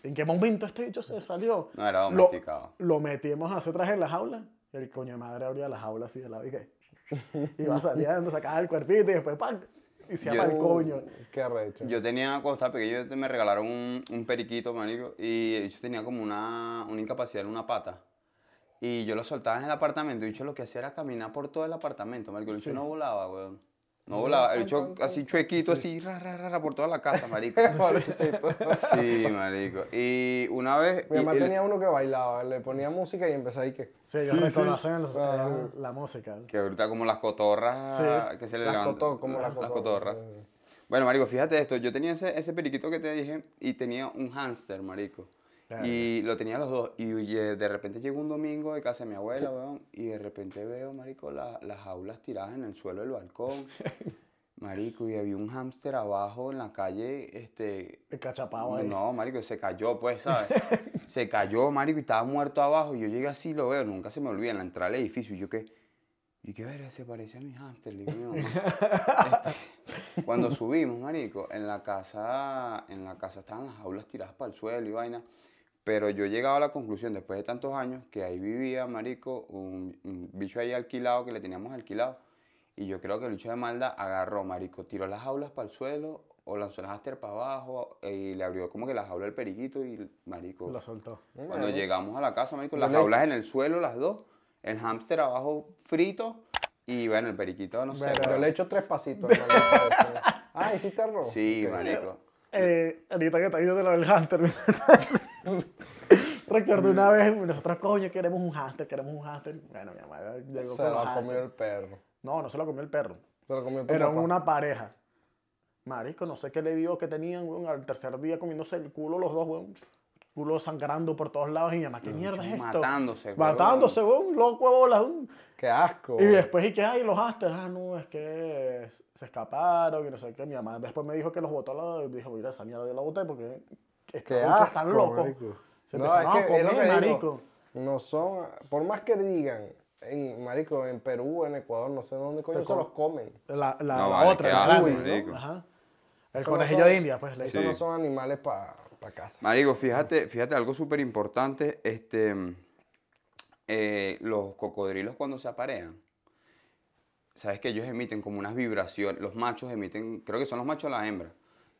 [SPEAKER 3] ¿en qué momento este bicho se salió?
[SPEAKER 2] No era
[SPEAKER 3] Lo,
[SPEAKER 2] domesticado.
[SPEAKER 3] lo metimos hacia atrás en la jaula. Y el coño de madre abría la jaula así de lado y que... Iba saliendo, sacaba el cuerpito y después ¡pam! Y se
[SPEAKER 2] Yo-
[SPEAKER 3] llama el coño.
[SPEAKER 1] Uh, Qué arrecho.
[SPEAKER 2] Yo tenía, cuando estaba pequeño, yo te- me regalaron un, un periquito, marico, y yo tenía como una, una incapacidad en una pata. Y yo lo soltaba en el apartamento, y yo lo que hacía era caminar por todo el apartamento, marico. El bicho no volaba, weón. No volaba, el bicho así chuequito, así, ra, ra, ra, ra, por toda la casa, marico.
[SPEAKER 1] Pobrecito.
[SPEAKER 2] Sí, marico. Y una vez...
[SPEAKER 1] Mi
[SPEAKER 2] y
[SPEAKER 1] mamá
[SPEAKER 2] el-
[SPEAKER 1] tenía uno que bailaba, le ponía música y empezaba ahí que.
[SPEAKER 3] Sí, ellos reconocen el-
[SPEAKER 1] Ah.
[SPEAKER 3] el- la música.
[SPEAKER 2] Que ahorita como las cotorras
[SPEAKER 3] Sí.
[SPEAKER 2] que se le
[SPEAKER 1] Las
[SPEAKER 2] levantan-
[SPEAKER 1] cotor- como las cotorras,
[SPEAKER 2] cotorras. Bueno, marico, fíjate esto. Yo tenía ese, ese periquito que te dije y tenía un hámster, marico.
[SPEAKER 3] Claro.
[SPEAKER 2] Y lo tenía los dos. Y oye, de repente llegó un domingo de casa de mi abuela, weón. Y de repente veo, marico, la- las jaulas tiradas en el suelo del balcón. Marico, y había un hámster abajo en la calle, este,
[SPEAKER 3] El cachapavo ahí.
[SPEAKER 2] no, marico, se cayó, pues, ¿sabes? se cayó, marico, y estaba muerto abajo. Y yo llegué así, lo veo, nunca se me olvida, en la entrada del edificio. Y yo qué, y qué verga, se parece a mi hámster, le digo a mi mamá. Este, cuando subimos, marico, en la casa, en la casa estaban las jaulas tiradas para el suelo y vaina. Pero yo llegaba a la conclusión, después de tantos años, que ahí vivía, marico, un, un bicho ahí alquilado, que le teníamos alquilado. Y yo creo que el bicho de Malda agarró, marico, tiró las jaulas para el suelo o lanzó las aster para abajo e, y le abrió como que la jaula al periquito y, marico,
[SPEAKER 3] Lo soltó.
[SPEAKER 2] cuando llegamos a la casa, marico,
[SPEAKER 1] Yo
[SPEAKER 2] las
[SPEAKER 1] le-
[SPEAKER 2] jaulas en el suelo, las dos, el hámster abajo frito y, bueno, el periquito, no sé.
[SPEAKER 1] Yo
[SPEAKER 2] weón.
[SPEAKER 1] le echo tres pasitos. hermano, para eso. ah, hiciste arroz.
[SPEAKER 2] Sí,
[SPEAKER 1] Ok.
[SPEAKER 2] marico.
[SPEAKER 3] Eh, ahorita que te digo de lo del hámster, me- recuerdo una vez, nosotros, coño, queremos un hámster, queremos un hámster. Bueno, mi mamá llegó
[SPEAKER 1] Se
[SPEAKER 3] con los
[SPEAKER 1] lo comió
[SPEAKER 3] hámsters.
[SPEAKER 1] el perro.
[SPEAKER 3] No, no se lo comió el perro.
[SPEAKER 1] Se lo comió tu
[SPEAKER 3] Eran
[SPEAKER 1] papá.
[SPEAKER 3] una pareja. Marico, no sé qué le dio que tenían, weón, al tercer día comiéndose el culo los dos, weón. Culo sangrando por todos lados y mi mamá, ¿qué mierda es esto?
[SPEAKER 2] matándose, weón.
[SPEAKER 3] Matándose, weón, loco, de bolas, weón.
[SPEAKER 1] Qué asco.
[SPEAKER 3] Y después, ¿y qué hay? Los Asters, ah, no, es que se escaparon y no sé qué. Mi mamá después me dijo que los botó, la, dijo, mira, esa mierda yo la boté porque
[SPEAKER 1] Qué
[SPEAKER 3] estos bichos
[SPEAKER 1] asco.
[SPEAKER 3] están locos.
[SPEAKER 1] marico.
[SPEAKER 3] Se
[SPEAKER 1] No,
[SPEAKER 3] empezaron
[SPEAKER 1] es
[SPEAKER 3] a
[SPEAKER 1] que es lo
[SPEAKER 3] comer,
[SPEAKER 1] que digo,
[SPEAKER 3] marico.
[SPEAKER 1] No son, por más que digan, en marico, en Perú, en Ecuador, no sé dónde coño se,
[SPEAKER 3] come.
[SPEAKER 1] los comen.
[SPEAKER 3] La, la,
[SPEAKER 2] No,
[SPEAKER 3] la
[SPEAKER 2] vale,
[SPEAKER 3] otra,
[SPEAKER 2] qué
[SPEAKER 3] la
[SPEAKER 2] asco,
[SPEAKER 3] grande, ¿no?
[SPEAKER 2] marico.
[SPEAKER 3] Ajá. El
[SPEAKER 1] Eso no
[SPEAKER 3] conejillo
[SPEAKER 1] son-
[SPEAKER 3] de India, pues, le
[SPEAKER 1] Esos
[SPEAKER 3] dicen.
[SPEAKER 1] no
[SPEAKER 2] Sí.
[SPEAKER 1] son animales para casa.
[SPEAKER 2] Marico, fíjate, fíjate algo súper importante, este, eh, los cocodrilos cuando se aparean, sabes que ellos emiten como unas vibraciones, los machos emiten, creo que son los machos o las hembras,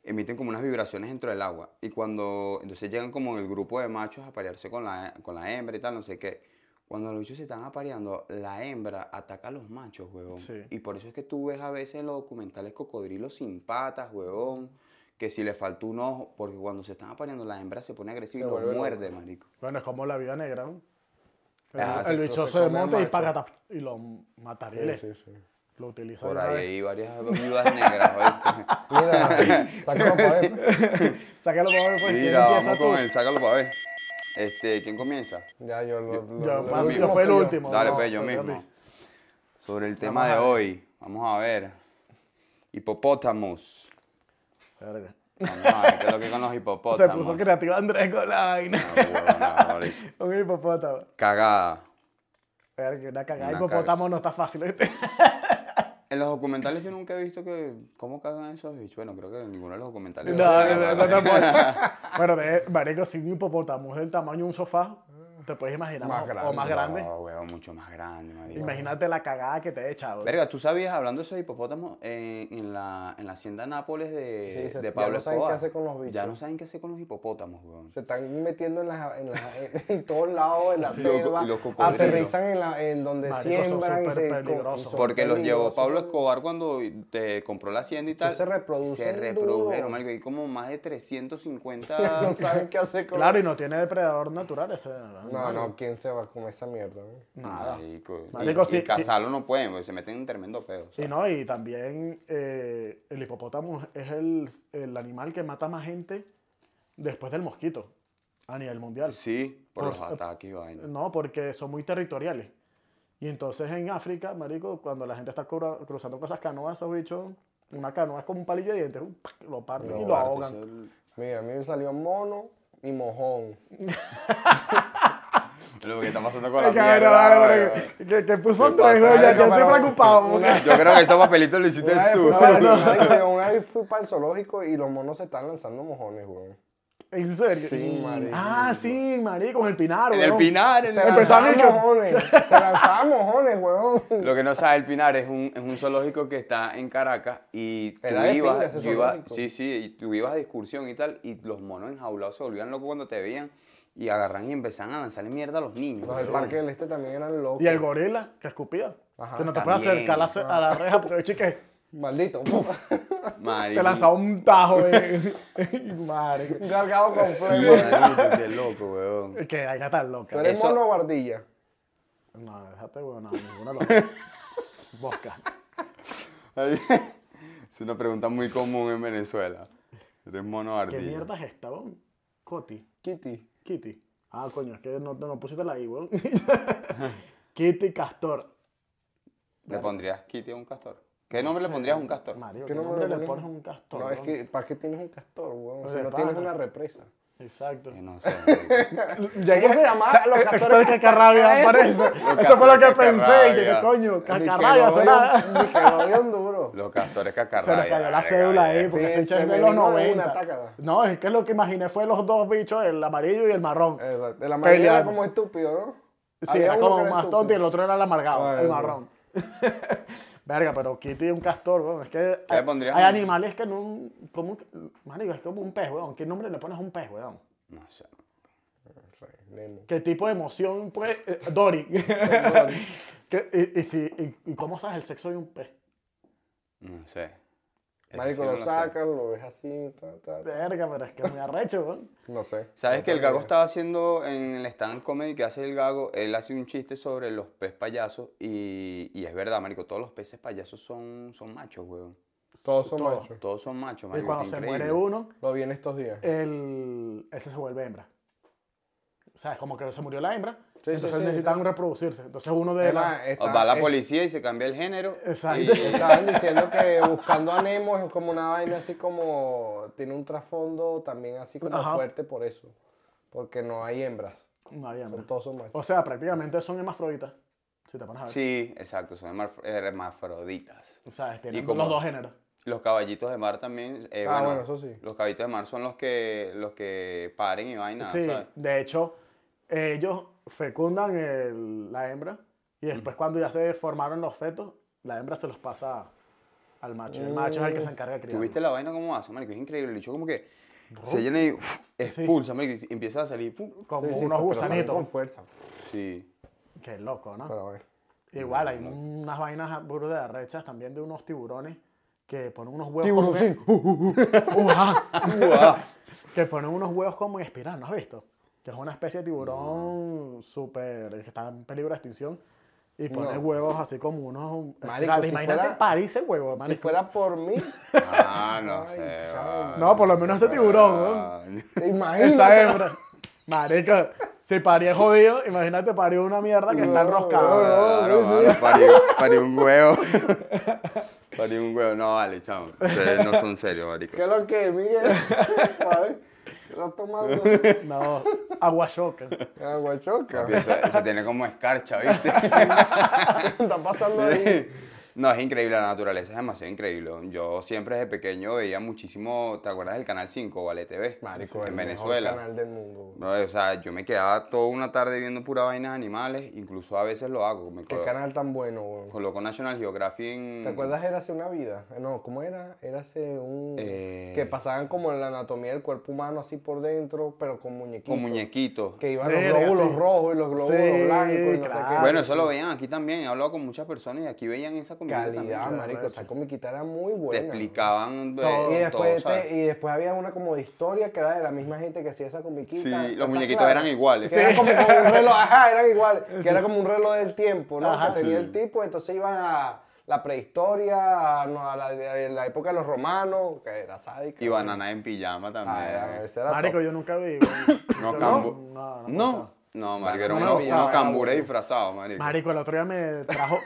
[SPEAKER 2] emiten como unas vibraciones dentro del agua y cuando, entonces llegan como el grupo de machos a aparearse con la, con la hembra y tal, no sé qué, cuando los bichos se están apareando, la hembra ataca a los machos, huevón,
[SPEAKER 3] Sí.
[SPEAKER 2] y por eso es que tú ves a veces en los documentales cocodrilos sin patas, huevón, que si le faltó un ojo, porque cuando se están apareando la hembra se pone agresiva
[SPEAKER 1] Se
[SPEAKER 2] y
[SPEAKER 1] vuelve
[SPEAKER 2] los
[SPEAKER 1] loca.
[SPEAKER 2] muerde, marico.
[SPEAKER 3] Bueno, es como la vida negra, ¿no? El,
[SPEAKER 2] Ah, sí,
[SPEAKER 3] el
[SPEAKER 1] eso
[SPEAKER 3] bicho
[SPEAKER 1] se
[SPEAKER 3] se
[SPEAKER 1] come al
[SPEAKER 3] monta y
[SPEAKER 1] macho.
[SPEAKER 3] paga tap- y lo mataría.
[SPEAKER 1] Sí, sí,
[SPEAKER 3] le-
[SPEAKER 1] sí.
[SPEAKER 3] Lo utiliza
[SPEAKER 2] Por
[SPEAKER 3] de una
[SPEAKER 2] ahí
[SPEAKER 3] vez.
[SPEAKER 2] hay varias viudas negras, ¿oíste?
[SPEAKER 1] Mira, sácalo para ver.
[SPEAKER 3] Sácalo para ver, pues, ¿quién
[SPEAKER 2] Mira,
[SPEAKER 3] empieza
[SPEAKER 2] vamos
[SPEAKER 3] tú?
[SPEAKER 2] con él, sácalo para ver. Este, ¿quién comienza?
[SPEAKER 1] Ya, yo lo. lo-
[SPEAKER 3] Yo,
[SPEAKER 1] lo-
[SPEAKER 3] pa-
[SPEAKER 1] lo
[SPEAKER 3] yo
[SPEAKER 1] mismo
[SPEAKER 3] fue el
[SPEAKER 1] fui yo.
[SPEAKER 3] último.
[SPEAKER 2] Dale,
[SPEAKER 3] no,
[SPEAKER 2] pues yo
[SPEAKER 3] no,
[SPEAKER 2] mismo.
[SPEAKER 3] Jordi.
[SPEAKER 2] Sobre el tema
[SPEAKER 3] Vamos
[SPEAKER 2] de
[SPEAKER 3] a ver.
[SPEAKER 2] hoy, vamos a ver. Hipopótamos.
[SPEAKER 3] Verga.
[SPEAKER 2] Vamos a ver qué es lo que con los
[SPEAKER 3] Se
[SPEAKER 2] hipopótamos.
[SPEAKER 3] puso creativo Andrés con la vaina.
[SPEAKER 2] No, huevona, marico.
[SPEAKER 3] Un hipopótamo.
[SPEAKER 2] Cagada.
[SPEAKER 3] Verga, una cagada.
[SPEAKER 2] Una
[SPEAKER 3] hipopótamo no está fácil, ¿viste?
[SPEAKER 2] En los documentales yo nunca he visto que. ¿Cómo cagan esos bichos? Bueno, creo que en ninguno de los documentales.
[SPEAKER 3] No,
[SPEAKER 2] lo hacen,
[SPEAKER 3] no,
[SPEAKER 2] la
[SPEAKER 3] no,
[SPEAKER 2] verdad.
[SPEAKER 3] tampoco. Pero, de, marico, si un hipopótamo es del tamaño de un sofá, te puedes imaginar
[SPEAKER 1] Más
[SPEAKER 3] o- o
[SPEAKER 1] grande,
[SPEAKER 3] más grande.
[SPEAKER 2] No, huevón, mucho más grande, marico.
[SPEAKER 3] Imagínate la cagada que te he echado.
[SPEAKER 2] Verga, tú sabías, hablando de esos hipopótamos, en, en la, en la hacienda Nápoles de,
[SPEAKER 1] Sí, se-
[SPEAKER 2] de
[SPEAKER 1] ya
[SPEAKER 2] Pablo
[SPEAKER 1] no saben qué
[SPEAKER 2] Escobar,
[SPEAKER 1] hacer con los bichos.
[SPEAKER 2] Ya no saben qué hacer con los hipopótamos, weón.
[SPEAKER 1] Se están metiendo en, las, en, las- en- en todos lados de la
[SPEAKER 2] Sí, los co-
[SPEAKER 1] selva.
[SPEAKER 2] y los cocodrilos.
[SPEAKER 1] aterrizan en, la, en donde
[SPEAKER 3] Marico, son
[SPEAKER 1] siembran y se
[SPEAKER 3] súper peligrosos.
[SPEAKER 1] y son
[SPEAKER 2] Porque los llevó
[SPEAKER 1] peligrosos.
[SPEAKER 2] Pablo Escobar cuando te compró la hacienda y tal.
[SPEAKER 1] se reproducen
[SPEAKER 2] Se reprodujeron,
[SPEAKER 1] duro.
[SPEAKER 2] marico. Hay como más de 350...
[SPEAKER 1] No saben qué hacer con
[SPEAKER 3] Claro, y no tiene depredador natural ese.
[SPEAKER 1] No,
[SPEAKER 3] animal.
[SPEAKER 1] no, ¿quién se va a comer esa mierda? eh?
[SPEAKER 3] Nada.
[SPEAKER 2] Marico.
[SPEAKER 3] Marico,
[SPEAKER 2] y, y
[SPEAKER 3] sí, sí.
[SPEAKER 2] cazarlo no pueden, porque se meten en tremendo pedo.
[SPEAKER 3] Y no, y también eh, el hipopótamo es el, el animal que mata más gente después del mosquito a nivel mundial.
[SPEAKER 2] Sí, por
[SPEAKER 3] Por
[SPEAKER 2] los
[SPEAKER 1] Ah,
[SPEAKER 3] su-
[SPEAKER 2] ataques y
[SPEAKER 1] mm,
[SPEAKER 2] vaina.
[SPEAKER 3] No, porque son muy territoriales. Y entonces en África, marico, cuando la gente está cura- cruzando con esas canoas, esos bichos, una canoa es como un palillo de dientes, un pac, lo parten y lo
[SPEAKER 2] Aparte,
[SPEAKER 3] ahogan.
[SPEAKER 2] eso es-
[SPEAKER 1] Mira, a mí me salió mono y mojón.
[SPEAKER 2] Lo que está pasando con la
[SPEAKER 3] Ay, cabrón,
[SPEAKER 2] mierda,
[SPEAKER 3] vale,
[SPEAKER 2] weón.
[SPEAKER 3] porque- que, que puso
[SPEAKER 2] ¿Qué
[SPEAKER 3] otro hijo,
[SPEAKER 2] pasa?
[SPEAKER 3] ya, ya
[SPEAKER 1] Marico,
[SPEAKER 3] estoy
[SPEAKER 1] pero-
[SPEAKER 3] preocupado. porque-
[SPEAKER 2] Yo creo que esos papelitos lo hiciste
[SPEAKER 1] Una vez,
[SPEAKER 2] tú.
[SPEAKER 1] fui pa'l- marico, una vez fui para el zoológico y los monos se están lanzando mojones, weón.
[SPEAKER 3] ¿En serio?
[SPEAKER 1] Sí, marico.
[SPEAKER 3] Ah, sí, marico, en el pinar,
[SPEAKER 2] En el
[SPEAKER 3] weón.
[SPEAKER 2] Pinar, en
[SPEAKER 1] Se
[SPEAKER 2] el
[SPEAKER 3] Empezaron
[SPEAKER 1] lanzaban
[SPEAKER 3] y que-
[SPEAKER 1] mojones, se lanzaban mojones, weón.
[SPEAKER 2] Lo que no sabe el Pinar es un, es un zoológico que está en Caracas y tú
[SPEAKER 1] Era de pinga
[SPEAKER 2] ibas,
[SPEAKER 1] ese
[SPEAKER 2] yo iba-
[SPEAKER 1] zoológico.
[SPEAKER 2] sí, sí, y tú ibas a discusión y tal, y los monos enjaulados se volvían locos cuando te veían y agarran y empezaban a lanzarle mierda a los niños.
[SPEAKER 1] Los del
[SPEAKER 2] weón.
[SPEAKER 1] Parque del Este también eran locos.
[SPEAKER 3] Y el gorila, que escupía.
[SPEAKER 1] Ajá,
[SPEAKER 3] que no te puedes
[SPEAKER 2] también,
[SPEAKER 3] acercar a la, ce- a la reja porque chique,
[SPEAKER 1] Maldito.
[SPEAKER 2] Marico.
[SPEAKER 3] te lanzaba un tajo de. marico.
[SPEAKER 1] Cargado con
[SPEAKER 2] Sí,
[SPEAKER 1] fuego.
[SPEAKER 2] marico, qué loco, weón.
[SPEAKER 3] Que hay que tan loca.
[SPEAKER 1] Tú eres
[SPEAKER 2] Eso-
[SPEAKER 1] mono o ardilla.
[SPEAKER 3] No, déjate, weón, no, ninguna loca. Bosca.
[SPEAKER 2] Es una pregunta muy común en Venezuela. Eres mono
[SPEAKER 3] ¿Qué
[SPEAKER 2] ardilla.
[SPEAKER 3] mierda es esta, weón? Coti.
[SPEAKER 1] Kitty.
[SPEAKER 3] Kitty. Ah, coño, es que no, no pusiste la I, weón. Kitty Castor.
[SPEAKER 2] ¿Le pondrías Kitty a un castor? ¿Qué nombre le pondrías a un castor?
[SPEAKER 3] Mario,
[SPEAKER 1] ¿Qué
[SPEAKER 3] ¿qué
[SPEAKER 1] nombre
[SPEAKER 3] nombre
[SPEAKER 1] le
[SPEAKER 3] le
[SPEAKER 1] pones?
[SPEAKER 3] pones a un castor?
[SPEAKER 1] No, es
[SPEAKER 3] weón?
[SPEAKER 1] que, ¿para qué tienes un castor, weón?
[SPEAKER 3] Pues
[SPEAKER 1] Si
[SPEAKER 3] de
[SPEAKER 1] no tienes
[SPEAKER 3] pana.
[SPEAKER 1] una represa.
[SPEAKER 3] Exacto.
[SPEAKER 2] Eh, No sé. marico.
[SPEAKER 3] Llegué,
[SPEAKER 1] ¿Cómo se llamaba?
[SPEAKER 2] Ah, eh,
[SPEAKER 1] Los
[SPEAKER 3] Los
[SPEAKER 1] castores
[SPEAKER 3] castores cacarrabia, parece. Eso fue lo que
[SPEAKER 2] castores
[SPEAKER 3] pensé. y Dije,
[SPEAKER 2] cacarrabia.
[SPEAKER 3] coño, cacarrabia será.
[SPEAKER 1] Nickelodeon- Nickelodeon duro.
[SPEAKER 2] Los castores
[SPEAKER 3] Se
[SPEAKER 2] cacarrayas.
[SPEAKER 3] nos cayó la
[SPEAKER 2] verga,
[SPEAKER 3] cédula ahí
[SPEAKER 2] verga.
[SPEAKER 3] porque
[SPEAKER 1] Sí,
[SPEAKER 3] ese
[SPEAKER 1] se
[SPEAKER 3] chef es
[SPEAKER 1] me
[SPEAKER 3] de los
[SPEAKER 1] vino de una,
[SPEAKER 3] 90.
[SPEAKER 1] tácala.
[SPEAKER 3] No, es que lo que imaginé fue los dos bichos, el amarillo y el marrón.
[SPEAKER 1] Exacto. De la mayoría era
[SPEAKER 3] Peleando.
[SPEAKER 1] como estúpido, ¿no?
[SPEAKER 3] Sí,
[SPEAKER 1] Había
[SPEAKER 3] era
[SPEAKER 1] uno que
[SPEAKER 3] como
[SPEAKER 1] era
[SPEAKER 3] más
[SPEAKER 1] estúpido.
[SPEAKER 3] tonto y el otro era el amargado,
[SPEAKER 1] Ah,
[SPEAKER 3] el
[SPEAKER 1] eso.
[SPEAKER 3] marrón. Verga, pero Kitty es un castor, weón. Es que
[SPEAKER 2] le
[SPEAKER 3] hay,
[SPEAKER 2] pondrías?
[SPEAKER 3] hay animales que no. Como un, marico, es como un pez, weón. ¿Qué nombre le pones a un pez, weón?
[SPEAKER 2] No sé.
[SPEAKER 1] Sí, Nemo.
[SPEAKER 3] ¿Qué tipo de emoción, pues? eh, Dory. ¿Qué- y, y si, y- y cómo sabes el sexo de un pez?
[SPEAKER 2] No sé. Eso
[SPEAKER 1] Marico,
[SPEAKER 2] sí no
[SPEAKER 1] lo
[SPEAKER 2] sé.
[SPEAKER 1] sacan, lo ves así, ta, ta, ta.
[SPEAKER 3] Verga, pero es que me arrecho, weón.
[SPEAKER 1] No sé.
[SPEAKER 2] ¿Sabes
[SPEAKER 1] No
[SPEAKER 2] que el
[SPEAKER 1] tengo
[SPEAKER 2] gago
[SPEAKER 1] idea.
[SPEAKER 2] estaba haciendo en el stand comedy que hace el gago? Él hace un chiste sobre los pez payasos y, y es verdad, marico, todos los peces payasos son, son machos, weón.
[SPEAKER 1] Todos son
[SPEAKER 3] Todo.
[SPEAKER 1] machos.
[SPEAKER 2] Todos son machos,
[SPEAKER 3] Y
[SPEAKER 2] marico.
[SPEAKER 3] cuando
[SPEAKER 2] qué
[SPEAKER 3] se
[SPEAKER 2] increíble.
[SPEAKER 3] muere uno,
[SPEAKER 1] Lo vi en estos días.
[SPEAKER 2] Eh,
[SPEAKER 3] el, ese se vuelve hembra. O sea, es como que se murió la hembra.
[SPEAKER 1] sí,
[SPEAKER 3] entonces
[SPEAKER 1] sí,
[SPEAKER 3] necesitan reproducirse. Entonces uno de
[SPEAKER 1] Es
[SPEAKER 3] la-
[SPEAKER 1] más,
[SPEAKER 2] O
[SPEAKER 1] está-
[SPEAKER 2] eh, Va la
[SPEAKER 1] es-
[SPEAKER 2] policía y se cambia el género.
[SPEAKER 3] Exacto.
[SPEAKER 2] y-
[SPEAKER 1] Estaban diciendo que buscando a Nemo es como una vaina así como. Tiene un trasfondo también así como
[SPEAKER 3] Ajá.
[SPEAKER 1] fuerte por eso. Porque no hay hembras.
[SPEAKER 3] No había
[SPEAKER 1] Son
[SPEAKER 3] hembra.
[SPEAKER 1] todos son machos.
[SPEAKER 3] O sea, prácticamente son hermafroditas. Si te pones a ver.
[SPEAKER 2] Sí, exacto, son hermaf- hermafroditas.
[SPEAKER 3] O sea,
[SPEAKER 2] Y
[SPEAKER 3] tienen
[SPEAKER 2] como-
[SPEAKER 3] los dos géneros.
[SPEAKER 2] Los caballitos de mar también. eh,
[SPEAKER 1] Ah, bueno, eso sí.
[SPEAKER 2] Los caballitos de mar son los que, los que paren y vaina,
[SPEAKER 3] sí,
[SPEAKER 2] ¿sabes?
[SPEAKER 3] de hecho, ellos fecundan el- la hembra y después cuando ya se formaron los fetos, la hembra se los pasa al macho. El macho es el que se encarga de criar.
[SPEAKER 2] ¿Tuviste la vaina cómo hace, marico? Es increíble. El bicho como que se llena y uf, expulsa, marico, y empieza a salir. uf,
[SPEAKER 3] Como
[SPEAKER 1] Sí, sí,
[SPEAKER 3] unos
[SPEAKER 1] pero salen Con
[SPEAKER 3] gusanitos. Ah.
[SPEAKER 1] fuerza.
[SPEAKER 2] sí.
[SPEAKER 3] Qué loco, ¿no?
[SPEAKER 1] Pero bueno.
[SPEAKER 3] Igual hay unas vainas burdas de arrechas también de unos tiburones que ponen unos huevos.
[SPEAKER 1] Tiburón
[SPEAKER 3] como en-
[SPEAKER 1] sin. Uh, uh, uh.
[SPEAKER 3] Ujá. que ponen unos huevos como en espiral, ¿no has visto? Que es una especie de tiburón súper. que está en peligro de extinción. Y pone
[SPEAKER 1] No.
[SPEAKER 3] huevos así como unos.
[SPEAKER 1] Marico, si
[SPEAKER 3] Imagínate
[SPEAKER 1] fuera-
[SPEAKER 3] parir ese huevo,
[SPEAKER 1] Si
[SPEAKER 3] marico.
[SPEAKER 1] fuera por mí,
[SPEAKER 2] Ah, no
[SPEAKER 1] Ay,
[SPEAKER 2] sé.
[SPEAKER 1] chao.
[SPEAKER 2] vale.
[SPEAKER 3] No, por lo menos
[SPEAKER 1] este
[SPEAKER 3] ese tiburón,
[SPEAKER 2] Vale.
[SPEAKER 1] te imaginas.
[SPEAKER 3] Esa hembra. Marico, si parí es jodido, imagínate parir una mierda que está
[SPEAKER 1] No,
[SPEAKER 3] enroscada.
[SPEAKER 1] Oh,
[SPEAKER 2] Claro, vale, parió, parió un huevo. parió un huevo. No, vale, chao. Ustedes no son serios, marico.
[SPEAKER 1] ¿Qué es lo que, Miguel? A ver, está tomando Ah,
[SPEAKER 3] No, aguachoca.
[SPEAKER 1] agua choca.
[SPEAKER 2] Papi, Eso, eso tiene como escarcha, ¿viste?
[SPEAKER 1] está pasando ahí.
[SPEAKER 2] No, es increíble, la naturaleza es demasiado increíble. Yo siempre desde pequeño veía muchísimo, ¿te acuerdas del Canal 5, Vale TV?
[SPEAKER 1] Marico, el
[SPEAKER 2] en
[SPEAKER 1] mejor
[SPEAKER 2] Venezuela.
[SPEAKER 1] canal del mundo.
[SPEAKER 2] No, o sea, yo me quedaba toda una tarde viendo pura vainas de animales, incluso a veces lo hago. Me
[SPEAKER 1] Qué
[SPEAKER 2] colo-
[SPEAKER 1] canal tan bueno, weón.
[SPEAKER 2] coloco National Geographic en...
[SPEAKER 1] ¿Te acuerdas? Era hace una vida. Eh, No, ¿cómo era? Era hace un.
[SPEAKER 2] Eh.
[SPEAKER 1] Que pasaban como la anatomía del cuerpo humano así por dentro, pero con muñequitos.
[SPEAKER 2] Con muñequitos.
[SPEAKER 1] Que iban los
[SPEAKER 3] Verga,
[SPEAKER 1] glóbulos
[SPEAKER 3] sí.
[SPEAKER 1] rojos y los glóbulos
[SPEAKER 3] Sí,
[SPEAKER 1] blancos y no sé
[SPEAKER 3] claro.
[SPEAKER 1] qué.
[SPEAKER 2] Bueno, eso lo veían aquí también. He hablado con muchas personas y aquí veían esa comida
[SPEAKER 1] Calidad,
[SPEAKER 2] también.
[SPEAKER 1] marico. Esa comiquita era muy
[SPEAKER 2] Te
[SPEAKER 1] buena.
[SPEAKER 2] explicaban eh,
[SPEAKER 1] Todo.
[SPEAKER 2] todo,
[SPEAKER 1] Y después, te-
[SPEAKER 2] ¿sabes?
[SPEAKER 1] y después había una como de historia que era de la misma gente que hacía esa comiquita.
[SPEAKER 2] Sí, los
[SPEAKER 1] ¿Está
[SPEAKER 2] muñequitos eran iguales.
[SPEAKER 1] Que era como, como un reloj, ajá, eran iguales. Que era como un reloj del tiempo, ¿no?
[SPEAKER 3] Ajá,
[SPEAKER 1] que tenía
[SPEAKER 2] sí.
[SPEAKER 1] el tipo, entonces iban a la prehistoria, a, no, a la, a la época de los romanos, que era sádica.
[SPEAKER 2] Y banana en pijama
[SPEAKER 1] Ah,
[SPEAKER 2] también.
[SPEAKER 1] era- ese era
[SPEAKER 3] Marico,
[SPEAKER 1] top.
[SPEAKER 3] yo nunca vi. weón.
[SPEAKER 2] No,
[SPEAKER 3] Yo
[SPEAKER 2] cambu-
[SPEAKER 3] No, no. me
[SPEAKER 2] No,
[SPEAKER 3] gustaba.
[SPEAKER 2] no, marico, eran
[SPEAKER 1] no me
[SPEAKER 2] unos,
[SPEAKER 1] gustaba,
[SPEAKER 2] unos
[SPEAKER 1] era
[SPEAKER 2] cambures
[SPEAKER 1] bueno.
[SPEAKER 2] disfrazados, marico.
[SPEAKER 3] Marico, el otro día me trajo,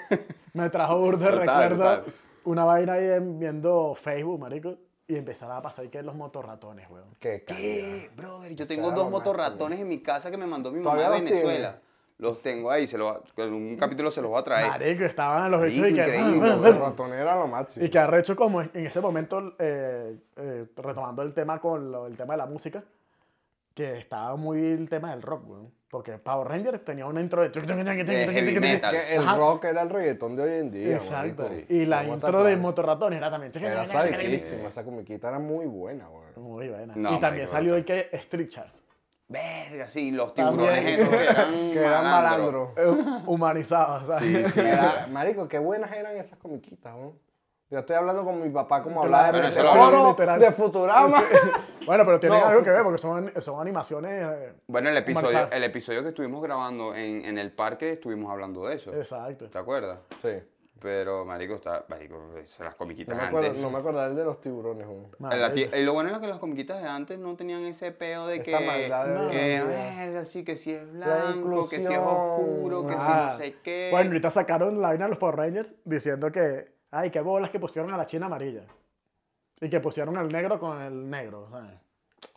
[SPEAKER 3] me trajo burda de
[SPEAKER 2] Total,
[SPEAKER 3] recuerdo
[SPEAKER 2] total.
[SPEAKER 3] una vaina ahí en- viendo Facebook, marico, y empezaba a pasar que los motorratones, weón.
[SPEAKER 1] Qué calidad.
[SPEAKER 2] ¿Qué? Brother, yo
[SPEAKER 1] Ese
[SPEAKER 2] tengo
[SPEAKER 1] era
[SPEAKER 2] dos
[SPEAKER 1] lo
[SPEAKER 2] motorratones en mi casa que me mandó mi mamá
[SPEAKER 1] ¿Todavía
[SPEAKER 2] de
[SPEAKER 1] los tiene?
[SPEAKER 2] Venezuela. Los tengo ahí, se los, va- en un capítulo se los voy a traer.
[SPEAKER 3] Marico, estaban los bichos y
[SPEAKER 2] Marico,
[SPEAKER 3] que...
[SPEAKER 2] increíble,
[SPEAKER 1] El ratón era lo máximo.
[SPEAKER 3] Y que arrecho como en ese momento, eh, eh, retomando el tema con lo- el tema de la música, que estaba muy el tema del rock, weón. Porque Power Rangers tenía una intro de...
[SPEAKER 2] De heavy metal.
[SPEAKER 1] Que el
[SPEAKER 3] Ajá.
[SPEAKER 1] rock era el reggaetón de hoy en día.
[SPEAKER 3] Exacto.
[SPEAKER 1] marico.
[SPEAKER 3] Y la
[SPEAKER 1] Vamos a
[SPEAKER 3] intro de
[SPEAKER 1] tatuar.
[SPEAKER 3] Motorratones era también...
[SPEAKER 1] Era sadiquísima, esa comiquita era muy buena, weón.
[SPEAKER 3] Muy buena.
[SPEAKER 2] No,
[SPEAKER 3] y también
[SPEAKER 2] marico,
[SPEAKER 3] salió
[SPEAKER 2] no.
[SPEAKER 3] el que Street Charts.
[SPEAKER 2] Verga, sí, los tiburones
[SPEAKER 3] También.
[SPEAKER 2] esos que eran,
[SPEAKER 1] Que era
[SPEAKER 2] malandros.
[SPEAKER 1] malandro.
[SPEAKER 3] Eh, Humanizado, o sea.
[SPEAKER 2] Sí, sí.
[SPEAKER 1] Era- marico, qué buenas eran esas comiquitas, weón. Yo estoy hablando con mi papá como hablaba
[SPEAKER 3] Claro,
[SPEAKER 1] de
[SPEAKER 2] bueno,
[SPEAKER 1] Mete
[SPEAKER 2] eso lo hablamos.
[SPEAKER 1] Foro,
[SPEAKER 3] Literal.
[SPEAKER 1] de Futurama.
[SPEAKER 3] Bueno, pero tiene
[SPEAKER 1] No,
[SPEAKER 3] algo que
[SPEAKER 1] fue-
[SPEAKER 3] ver porque son, son animaciones. eh,
[SPEAKER 2] Bueno, el episodio,
[SPEAKER 3] Humanizado.
[SPEAKER 2] el episodio que estuvimos grabando en, en el parque estuvimos hablando de eso.
[SPEAKER 3] Exacto.
[SPEAKER 2] ¿Te acuerdas?
[SPEAKER 1] Sí.
[SPEAKER 2] Pero, marico, está, marico, es- las comiquitas
[SPEAKER 1] No me, acuerdo,
[SPEAKER 2] antes.
[SPEAKER 1] no me acordaba el de los tiburones, weón.
[SPEAKER 2] En la
[SPEAKER 3] Marico.
[SPEAKER 2] tie- y lo bueno es que las comiquitas de antes no tenían ese peo de que,
[SPEAKER 1] Esa maldad de hoy
[SPEAKER 2] que eh,
[SPEAKER 1] en día.
[SPEAKER 2] verga, sí, que si es
[SPEAKER 1] La
[SPEAKER 2] blanco, que si es
[SPEAKER 1] inclusión.
[SPEAKER 2] oscuro, que si
[SPEAKER 3] Ah.
[SPEAKER 2] no sé qué.
[SPEAKER 3] Bueno, ahorita sacaron la vaina de los Power Rangers diciendo que, ay, qué bolas que pusieron a la china amarilla. Y que pusieron al negro con el negro, ¿sabes?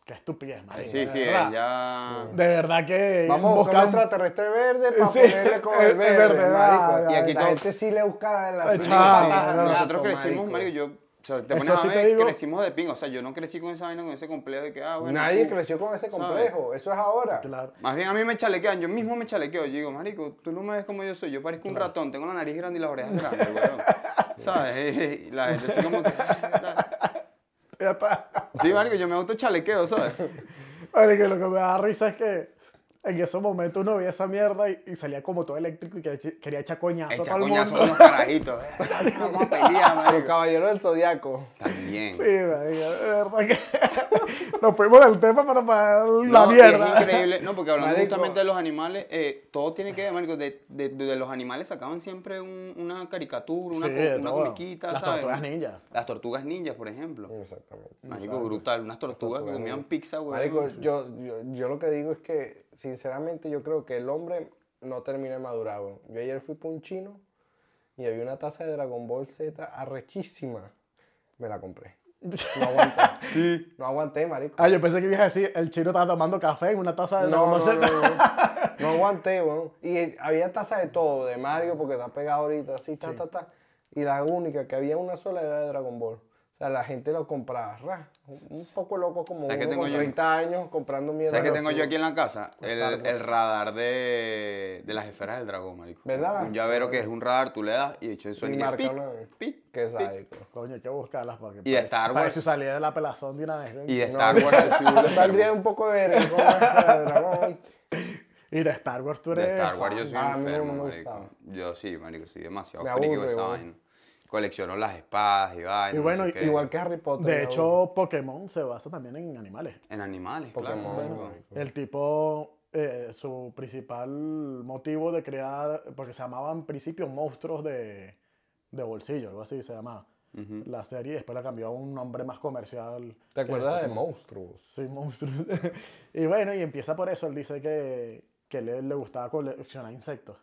[SPEAKER 3] Qué estupidez, marico.
[SPEAKER 2] sí,
[SPEAKER 3] de
[SPEAKER 2] sí,
[SPEAKER 3] verdad.
[SPEAKER 2] ya...
[SPEAKER 3] De verdad que...
[SPEAKER 1] Vamos a buscar un
[SPEAKER 3] buscaron-
[SPEAKER 1] extraterrestre verde para
[SPEAKER 3] Sí,
[SPEAKER 1] ponerle con el
[SPEAKER 3] el
[SPEAKER 1] verde,
[SPEAKER 3] verde,
[SPEAKER 1] marico.
[SPEAKER 3] va,
[SPEAKER 2] Y aquí
[SPEAKER 1] la
[SPEAKER 2] todo-
[SPEAKER 1] gente sí le busca la
[SPEAKER 3] Ay,
[SPEAKER 2] Sí,
[SPEAKER 3] chao,
[SPEAKER 1] Ah,
[SPEAKER 2] sí,
[SPEAKER 3] chao,
[SPEAKER 2] Nosotros crecimos, marico, yo... O sea, te
[SPEAKER 3] Eso
[SPEAKER 2] pones a
[SPEAKER 3] sí te
[SPEAKER 2] ver,
[SPEAKER 3] digo.
[SPEAKER 2] crecimos de ping. O sea, yo no crecí con esa vaina, con ese complejo de que, ah, bueno...
[SPEAKER 1] Nadie
[SPEAKER 2] tú-
[SPEAKER 1] creció con ese complejo, eso es ahora.
[SPEAKER 3] Claro.
[SPEAKER 2] Más bien a mí me chalequean, yo mismo me chalequeo. Yo digo, marico, tú no me ves como yo soy, yo parezco un ratón, tengo la nariz grande y las orejas grandes, weón. ¿Sabes? Y la gente así como que...
[SPEAKER 3] Ya está.
[SPEAKER 2] Sí, marico, yo me auto chalequeo, ¿sabes?
[SPEAKER 3] Marico, lo que me da risa es que en esos momentos uno veía esa mierda y, y salía como todo eléctrico y que eche- quería echar coñazo a
[SPEAKER 2] Echa
[SPEAKER 3] todo el
[SPEAKER 2] coñazo
[SPEAKER 3] mundo.
[SPEAKER 2] con los carajitos. eh. Vamos a pelear,
[SPEAKER 1] Los
[SPEAKER 2] marico.
[SPEAKER 1] caballeros del zodiaco.
[SPEAKER 2] También.
[SPEAKER 3] Sí, marico, de verdad que... Nos fuimos del tema para, para la
[SPEAKER 2] No, y
[SPEAKER 3] mierda.
[SPEAKER 2] Es increíble, no, porque hablando
[SPEAKER 1] Marico.
[SPEAKER 2] justamente de los animales, eh, todo tiene que ver, Marico, de, de, de los animales sacaban siempre un- una caricatura, una,
[SPEAKER 3] Sí,
[SPEAKER 2] co-
[SPEAKER 3] de
[SPEAKER 2] una
[SPEAKER 3] todo.
[SPEAKER 2] comiquita,
[SPEAKER 3] Las
[SPEAKER 2] ¿sabes?
[SPEAKER 3] tortugas ninja.
[SPEAKER 2] Las tortugas ninjas, por ejemplo.
[SPEAKER 1] Exactamente.
[SPEAKER 2] Marico, brutal. Unas tortugas que comían pizza, güey.
[SPEAKER 1] Marico, yo, yo, yo lo que digo es que, sinceramente, yo creo que el hombre no termina de madurar. weón. Yo ayer fui por un chino y había una taza de Dragon Ball Z arrechísima. Me la compré. No aguanté.
[SPEAKER 2] Sí.
[SPEAKER 1] No aguanté, marico.
[SPEAKER 3] Ah, yo pensé que ibas a decir, el chino estaba tomando café en una taza de
[SPEAKER 1] no, no,
[SPEAKER 3] Dragon Ball
[SPEAKER 1] no,
[SPEAKER 3] Z.
[SPEAKER 1] no. No aguanté, weón. Y eh, había taza de todo, de Mario, porque está pegado ahorita, así, ta, ta, ta. Y la única que había una sola era de Dragon Ball. O sea, la gente lo compraba. ra. Un- Un poco loco como
[SPEAKER 2] ¿Sabes qué
[SPEAKER 1] uno
[SPEAKER 2] tengo
[SPEAKER 1] con
[SPEAKER 2] yo?
[SPEAKER 1] 30 años comprando mierda.
[SPEAKER 2] ¿Sabes qué
[SPEAKER 1] de
[SPEAKER 2] tengo yo
[SPEAKER 1] oscuro.
[SPEAKER 2] aquí en la casa? El, el radar de, de las esferas del dragón, marico.
[SPEAKER 1] ¿Verdad?
[SPEAKER 2] Un llavero que es un radar, tú le das y de hecho suena
[SPEAKER 1] Y
[SPEAKER 2] y que
[SPEAKER 1] marca
[SPEAKER 2] pic,
[SPEAKER 1] una vez.
[SPEAKER 2] pic,
[SPEAKER 1] Qué sádico.
[SPEAKER 3] Coño, hay que buscarlas para que.
[SPEAKER 2] Y de Star
[SPEAKER 3] Para
[SPEAKER 2] Wars.
[SPEAKER 3] si salía de la pelazón de una vez.
[SPEAKER 2] Y
[SPEAKER 3] Y,
[SPEAKER 2] de Star Wars. así, burda de
[SPEAKER 1] Saldría
[SPEAKER 2] enfermo.
[SPEAKER 1] un poco de vergüenza de dragón, ¿viste?
[SPEAKER 3] de Star Wars tú
[SPEAKER 2] De
[SPEAKER 3] eres.
[SPEAKER 2] Star Wars yo
[SPEAKER 3] fan.
[SPEAKER 2] soy
[SPEAKER 1] Ah, a mí no
[SPEAKER 2] enfermo,
[SPEAKER 1] me
[SPEAKER 2] marico.
[SPEAKER 1] gustaba.
[SPEAKER 2] Yo sí, marico, soy demasiado
[SPEAKER 1] Me
[SPEAKER 2] frío
[SPEAKER 1] aburre,
[SPEAKER 2] esa
[SPEAKER 1] weón.
[SPEAKER 2] vaina. Colecciono las espadas y vainas.
[SPEAKER 3] Y bueno,
[SPEAKER 2] no sé qué.
[SPEAKER 1] Igual que Harry Potter.
[SPEAKER 3] De
[SPEAKER 1] ¿no?
[SPEAKER 3] hecho, Pokémon se basa también en animales.
[SPEAKER 2] En animales,
[SPEAKER 1] Pokémon,
[SPEAKER 2] claro. marico.
[SPEAKER 1] marico.
[SPEAKER 3] El tipo, eh, su principal motivo de crear, porque se llamaban en principio monstruos de, de bolsillo, algo así se llamaba. La serie y después la cambió a un nombre más comercial.
[SPEAKER 1] ¿Te
[SPEAKER 3] que-
[SPEAKER 1] acuerdas de monstruos?
[SPEAKER 3] Sí, monstruos. y bueno, y empieza por eso. Él dice que, que le, le gustaba coleccionar insectos.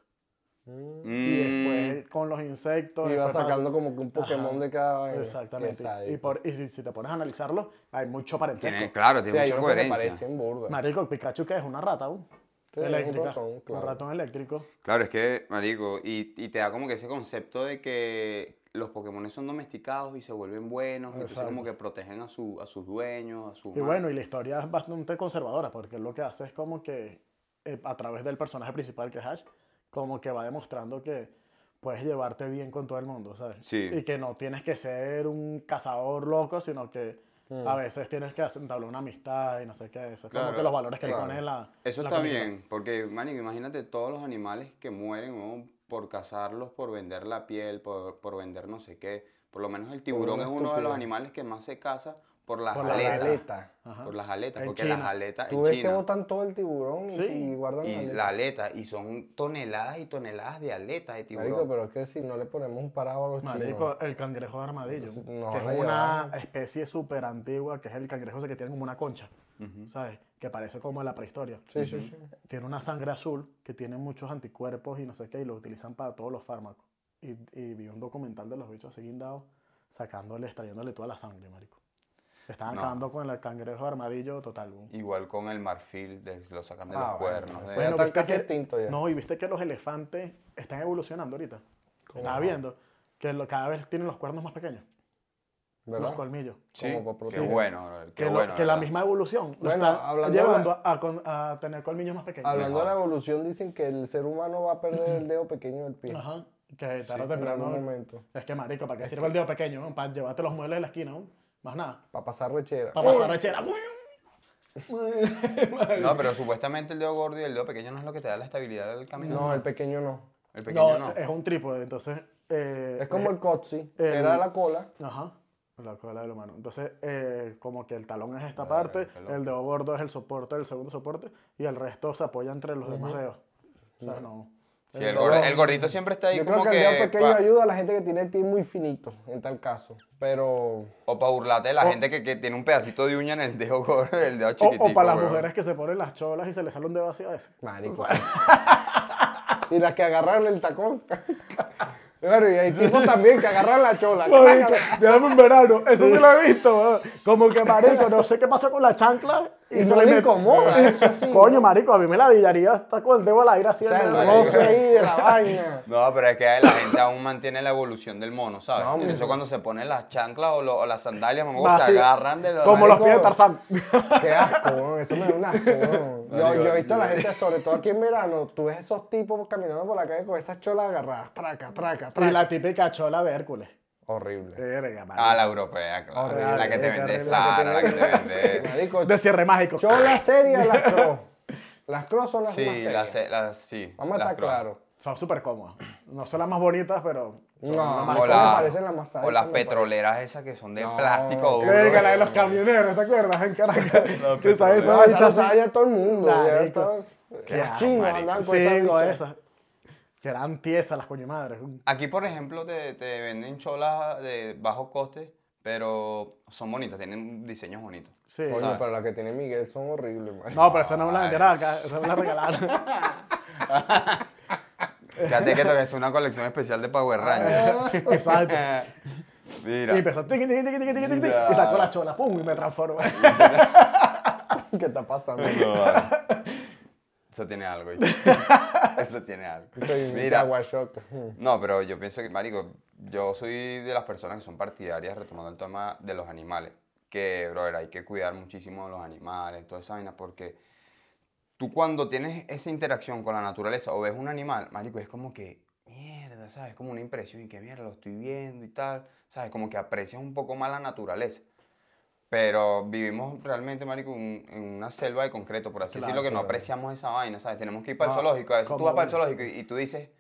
[SPEAKER 3] Y
[SPEAKER 2] Mm,
[SPEAKER 3] después con los insectos.
[SPEAKER 1] Iba
[SPEAKER 3] después
[SPEAKER 1] sacando
[SPEAKER 3] pasa-
[SPEAKER 1] como que un Pokémon
[SPEAKER 3] Ajá,
[SPEAKER 1] de cada vaina. Qué
[SPEAKER 3] Exactamente.
[SPEAKER 1] sádico.
[SPEAKER 3] Y, por, y si, si te pones a analizarlo, hay mucho parentesco.
[SPEAKER 2] tiene, claro,
[SPEAKER 1] Sí,
[SPEAKER 2] tiene
[SPEAKER 1] hay
[SPEAKER 2] mucha
[SPEAKER 1] unos que se
[SPEAKER 2] coherencia.
[SPEAKER 1] parecen burda.
[SPEAKER 3] Marico, el Pikachu que es una rata, ¿no?
[SPEAKER 1] Sí, es un
[SPEAKER 3] eléctrica.
[SPEAKER 1] ratón, claro.
[SPEAKER 3] ratón eléctrico.
[SPEAKER 2] Claro, es que, marico, y, y te da como que ese concepto de que los Pokémon son domesticados y se vuelven buenos, entonces
[SPEAKER 1] Exacto.
[SPEAKER 2] como que protegen a, su, a sus dueños, a sus...
[SPEAKER 3] Y bueno, y la historia es bastante conservadora, porque lo que hace es como que eh, a través del personaje principal que es Ash, como que va demostrando que puedes llevarte bien con todo el mundo, ¿sabes?
[SPEAKER 2] Sí.
[SPEAKER 3] Y que no tienes que ser un cazador loco, sino que
[SPEAKER 1] Mm.
[SPEAKER 3] a veces tienes que hacer- entablar una amistad y no sé qué. Eso es como
[SPEAKER 2] Claro,
[SPEAKER 3] que los valores que le
[SPEAKER 2] claro.
[SPEAKER 3] pones en la.
[SPEAKER 2] Eso
[SPEAKER 3] en la
[SPEAKER 2] está
[SPEAKER 3] comunidad.
[SPEAKER 2] bien, porque, manico, imagínate todos los animales que mueren, weón, por cazarlos, por vender la piel, por, por vender no sé qué. Por lo menos el tiburón
[SPEAKER 1] una
[SPEAKER 2] es uno de los
[SPEAKER 1] estupidez.
[SPEAKER 2] animales que más se caza por las
[SPEAKER 3] Por las
[SPEAKER 2] aletas.
[SPEAKER 1] aletas.
[SPEAKER 3] Ajá.
[SPEAKER 2] Por las aletas,
[SPEAKER 3] En
[SPEAKER 2] porque
[SPEAKER 3] China.
[SPEAKER 2] las aletas
[SPEAKER 1] Tú
[SPEAKER 2] Ah, en
[SPEAKER 1] ves que
[SPEAKER 2] China
[SPEAKER 1] botan todo el tiburón y,
[SPEAKER 3] Sí.
[SPEAKER 1] y guardan
[SPEAKER 2] y
[SPEAKER 1] aletas.
[SPEAKER 2] la aleta, y son toneladas y toneladas de aletas de tiburón.
[SPEAKER 1] Marico, pero es que si no le ponemos un parado a los chinos.
[SPEAKER 3] Marico, el cangrejo de armadillo,
[SPEAKER 1] Eso no
[SPEAKER 3] que
[SPEAKER 1] van a
[SPEAKER 3] es una especie súper antigua, que es el cangrejo ese que tiene como una concha, ¿sabes? Que parece como de la prehistoria.
[SPEAKER 1] Sí, sí, sí.
[SPEAKER 3] Tiene una sangre azul que tiene muchos anticuerpos y no sé qué, y lo utilizan para todos los fármacos. Y, y vi un documental de los bichos así guindados, sacándole, extrayéndole toda la sangre, marico. Estaban
[SPEAKER 2] No.
[SPEAKER 3] acabando con el cangrejo de armadillo total. weón.
[SPEAKER 2] Igual con el marfil, de- lo sacan de
[SPEAKER 1] Ah,
[SPEAKER 2] los
[SPEAKER 1] bueno,
[SPEAKER 2] cuernos. eh.
[SPEAKER 1] eso
[SPEAKER 2] de-
[SPEAKER 1] ya
[SPEAKER 3] Bueno,
[SPEAKER 1] están
[SPEAKER 3] ¿viste
[SPEAKER 1] casi
[SPEAKER 3] que-
[SPEAKER 1] extintos ya.
[SPEAKER 3] No, y viste que los elefantes están evolucionando ahorita. Estaba viendo que lo- cada vez tienen los cuernos más pequeños, los
[SPEAKER 1] ¿Verdad?
[SPEAKER 3] colmillos.
[SPEAKER 2] Sí,
[SPEAKER 1] como para
[SPEAKER 2] qué
[SPEAKER 1] proteger.
[SPEAKER 2] bueno, brother, qué
[SPEAKER 3] que, lo-
[SPEAKER 2] bueno,
[SPEAKER 3] que la
[SPEAKER 2] ¿verdad?
[SPEAKER 3] misma evolución lo
[SPEAKER 1] Bueno,
[SPEAKER 3] está
[SPEAKER 1] hablando de
[SPEAKER 3] llevando a, con- a tener colmillos más pequeños.
[SPEAKER 1] Hablando de la evolución, dicen que el ser humano va a perder el dedo pequeño del pie.
[SPEAKER 3] Ajá. Que tarde o
[SPEAKER 1] En algún
[SPEAKER 3] temprano.
[SPEAKER 1] momento.
[SPEAKER 3] Es que marico, ¿para qué sirve el dedo pequeño? weón? Para llevarte los muebles de la esquina, weón. más nada.
[SPEAKER 1] Para pasar rechera. Eh,
[SPEAKER 3] Para pasar rechera.
[SPEAKER 2] No, pero supuestamente el dedo gordo y el dedo pequeño no es lo que te da la estabilidad del camino.
[SPEAKER 1] No, el pequeño no.
[SPEAKER 2] El
[SPEAKER 3] No, eh,
[SPEAKER 2] pequeño no.
[SPEAKER 3] es un trípode, entonces. eh,
[SPEAKER 1] Es como el Kotzi, que
[SPEAKER 3] el-
[SPEAKER 1] era la cola.
[SPEAKER 3] Ajá. La cola del humano. Entonces, eh, como que el talón es esta parte,
[SPEAKER 2] qué loco.
[SPEAKER 3] el dedo gordo es el soporte, el segundo soporte, y el resto se apoya entre los demás dedos. O sea, no.
[SPEAKER 2] Sí, el, gor- el gordito siempre está ahí
[SPEAKER 1] Yo creo
[SPEAKER 2] como
[SPEAKER 1] que el dedo
[SPEAKER 2] que
[SPEAKER 1] pequeño
[SPEAKER 2] pa-
[SPEAKER 1] ayuda a la gente que tiene el pie muy finito, en tal caso. Pero
[SPEAKER 2] o para burlarte de la gente que, que tiene un pedacito de uña en el dedo gordo, el dedo
[SPEAKER 3] O,
[SPEAKER 2] chiquitico.
[SPEAKER 3] o para las
[SPEAKER 2] weón.
[SPEAKER 3] mujeres que se ponen las cholas y se les sale un dedo así a veces.
[SPEAKER 1] Marico. y las que agarraron el tacón. claro, y hay tipos también que agarran la chola.
[SPEAKER 3] Marico, déjame en verano, eso sí lo he visto. weón. Como que marico, no sé qué pasó con la chancla
[SPEAKER 1] Y no
[SPEAKER 3] le
[SPEAKER 1] le
[SPEAKER 3] met-
[SPEAKER 1] incomoda, eso sí.
[SPEAKER 3] Coño, marico, a mí me la dillaría hasta con el dedo al aire así.
[SPEAKER 1] O sea, el
[SPEAKER 3] el-
[SPEAKER 2] Marico.
[SPEAKER 1] roce ahí de la vaina.
[SPEAKER 2] No, pero es que la gente aún mantiene la evolución del mono, ¿sabes?
[SPEAKER 1] No,
[SPEAKER 2] Entonces
[SPEAKER 1] hombre.
[SPEAKER 2] cuando se ponen las chanclas o, lo- o las sandalias, mamá,
[SPEAKER 3] Va
[SPEAKER 2] se
[SPEAKER 3] así,
[SPEAKER 2] agarran de los...
[SPEAKER 3] Como los
[SPEAKER 1] Marico.
[SPEAKER 3] pies de Tarzán.
[SPEAKER 1] Qué asco, weón. Eso me da un asco, weón. Yo,
[SPEAKER 2] Marico,
[SPEAKER 1] yo he visto a la
[SPEAKER 2] yo-
[SPEAKER 1] gente, sobre todo aquí en verano, tú ves esos tipos caminando por la calle con esas cholas agarradas. Traca, traca,
[SPEAKER 3] Y
[SPEAKER 1] traca.
[SPEAKER 3] la típica chola de Hércules.
[SPEAKER 1] Horrible.
[SPEAKER 3] Verga, marico.
[SPEAKER 2] Ah, la europea, claro.
[SPEAKER 1] Horrible,
[SPEAKER 2] la que te vende
[SPEAKER 1] horrible,
[SPEAKER 2] Sara, la que te
[SPEAKER 1] Sí,
[SPEAKER 2] vende...
[SPEAKER 1] Marico,
[SPEAKER 3] De cierre mágico.
[SPEAKER 1] chola seria las cross. Las cross son las más
[SPEAKER 2] Sí,
[SPEAKER 1] serias.
[SPEAKER 2] las... las sí,
[SPEAKER 1] Vamos a
[SPEAKER 2] las
[SPEAKER 1] estar
[SPEAKER 2] crocs.
[SPEAKER 1] claros.
[SPEAKER 3] Son súper cómodas. No son las más bonitas, pero. son
[SPEAKER 1] No,
[SPEAKER 3] las
[SPEAKER 1] Ah,
[SPEAKER 3] más
[SPEAKER 2] o,
[SPEAKER 1] eso
[SPEAKER 2] la-
[SPEAKER 1] me parece la más
[SPEAKER 2] o las
[SPEAKER 1] sádica, me
[SPEAKER 2] petroleras esas que son de
[SPEAKER 1] No.
[SPEAKER 2] plástico duro.
[SPEAKER 3] Verga, la de los camioneros, ¿te acuerdas? En Caracas.
[SPEAKER 2] No,
[SPEAKER 3] que sabes,
[SPEAKER 2] pero-
[SPEAKER 1] No, esa
[SPEAKER 3] esa bicha
[SPEAKER 1] lo
[SPEAKER 3] así.
[SPEAKER 1] sabe ya todo el mundo. ya
[SPEAKER 3] Marico.
[SPEAKER 1] todos-
[SPEAKER 2] Qué
[SPEAKER 1] los
[SPEAKER 2] asco,
[SPEAKER 1] chinos
[SPEAKER 2] marico.
[SPEAKER 1] andan con esas
[SPEAKER 3] Sí, con
[SPEAKER 1] bichas.
[SPEAKER 3] esas. Que eran tiesas las coño madres.
[SPEAKER 2] Aquí, por ejemplo, te, te venden cholas de bajo coste, pero son bonitas, tienen diseños bonitos.
[SPEAKER 3] Sí.
[SPEAKER 1] Coño, pero las que tiene Miguel son horribles, man.
[SPEAKER 3] No, pero esa no me la
[SPEAKER 2] Ay.
[SPEAKER 3] vendieron acá, esa me la regalaron.
[SPEAKER 2] Fíjate que te voy a hacer una colección especial de Power Rangers.
[SPEAKER 3] Exacto. Y
[SPEAKER 2] Mira,
[SPEAKER 3] empezó tiqui, tiqui, tiqui, tiqui, tiqui, tiqui,
[SPEAKER 2] Ya.
[SPEAKER 3] y sacó la chola, pum, y me transformó.
[SPEAKER 1] ¿Qué está pasando?
[SPEAKER 2] eso tiene algo. ¿viste? Eso tiene algo.
[SPEAKER 1] Estoy
[SPEAKER 2] Mira,
[SPEAKER 1] Aguashock.
[SPEAKER 2] No, pero yo pienso que, marico, yo soy de las personas que son partidarias retomando el tema de los animales. Que, brother, hay que cuidar muchísimo de los animales, toda esa vaina, porque tú cuando tienes esa interacción con la naturaleza o ves un animal, marico, es como que, mierda, ¿sabes? Como una impresión y que, mierda, lo estoy viendo y tal, ¿sabes? Como que aprecias un poco más la naturaleza. Pero vivimos realmente, marico, un- en una selva de concreto, por así
[SPEAKER 3] Claro,
[SPEAKER 2] decirlo, que no
[SPEAKER 1] claro.
[SPEAKER 2] apreciamos esa vaina, ¿sabes? Tenemos que ir para el
[SPEAKER 3] No,
[SPEAKER 2] zoológico, a veces tú
[SPEAKER 3] ¿cómo
[SPEAKER 2] vas para el
[SPEAKER 3] voy?
[SPEAKER 2] zoológico y, y tú dices,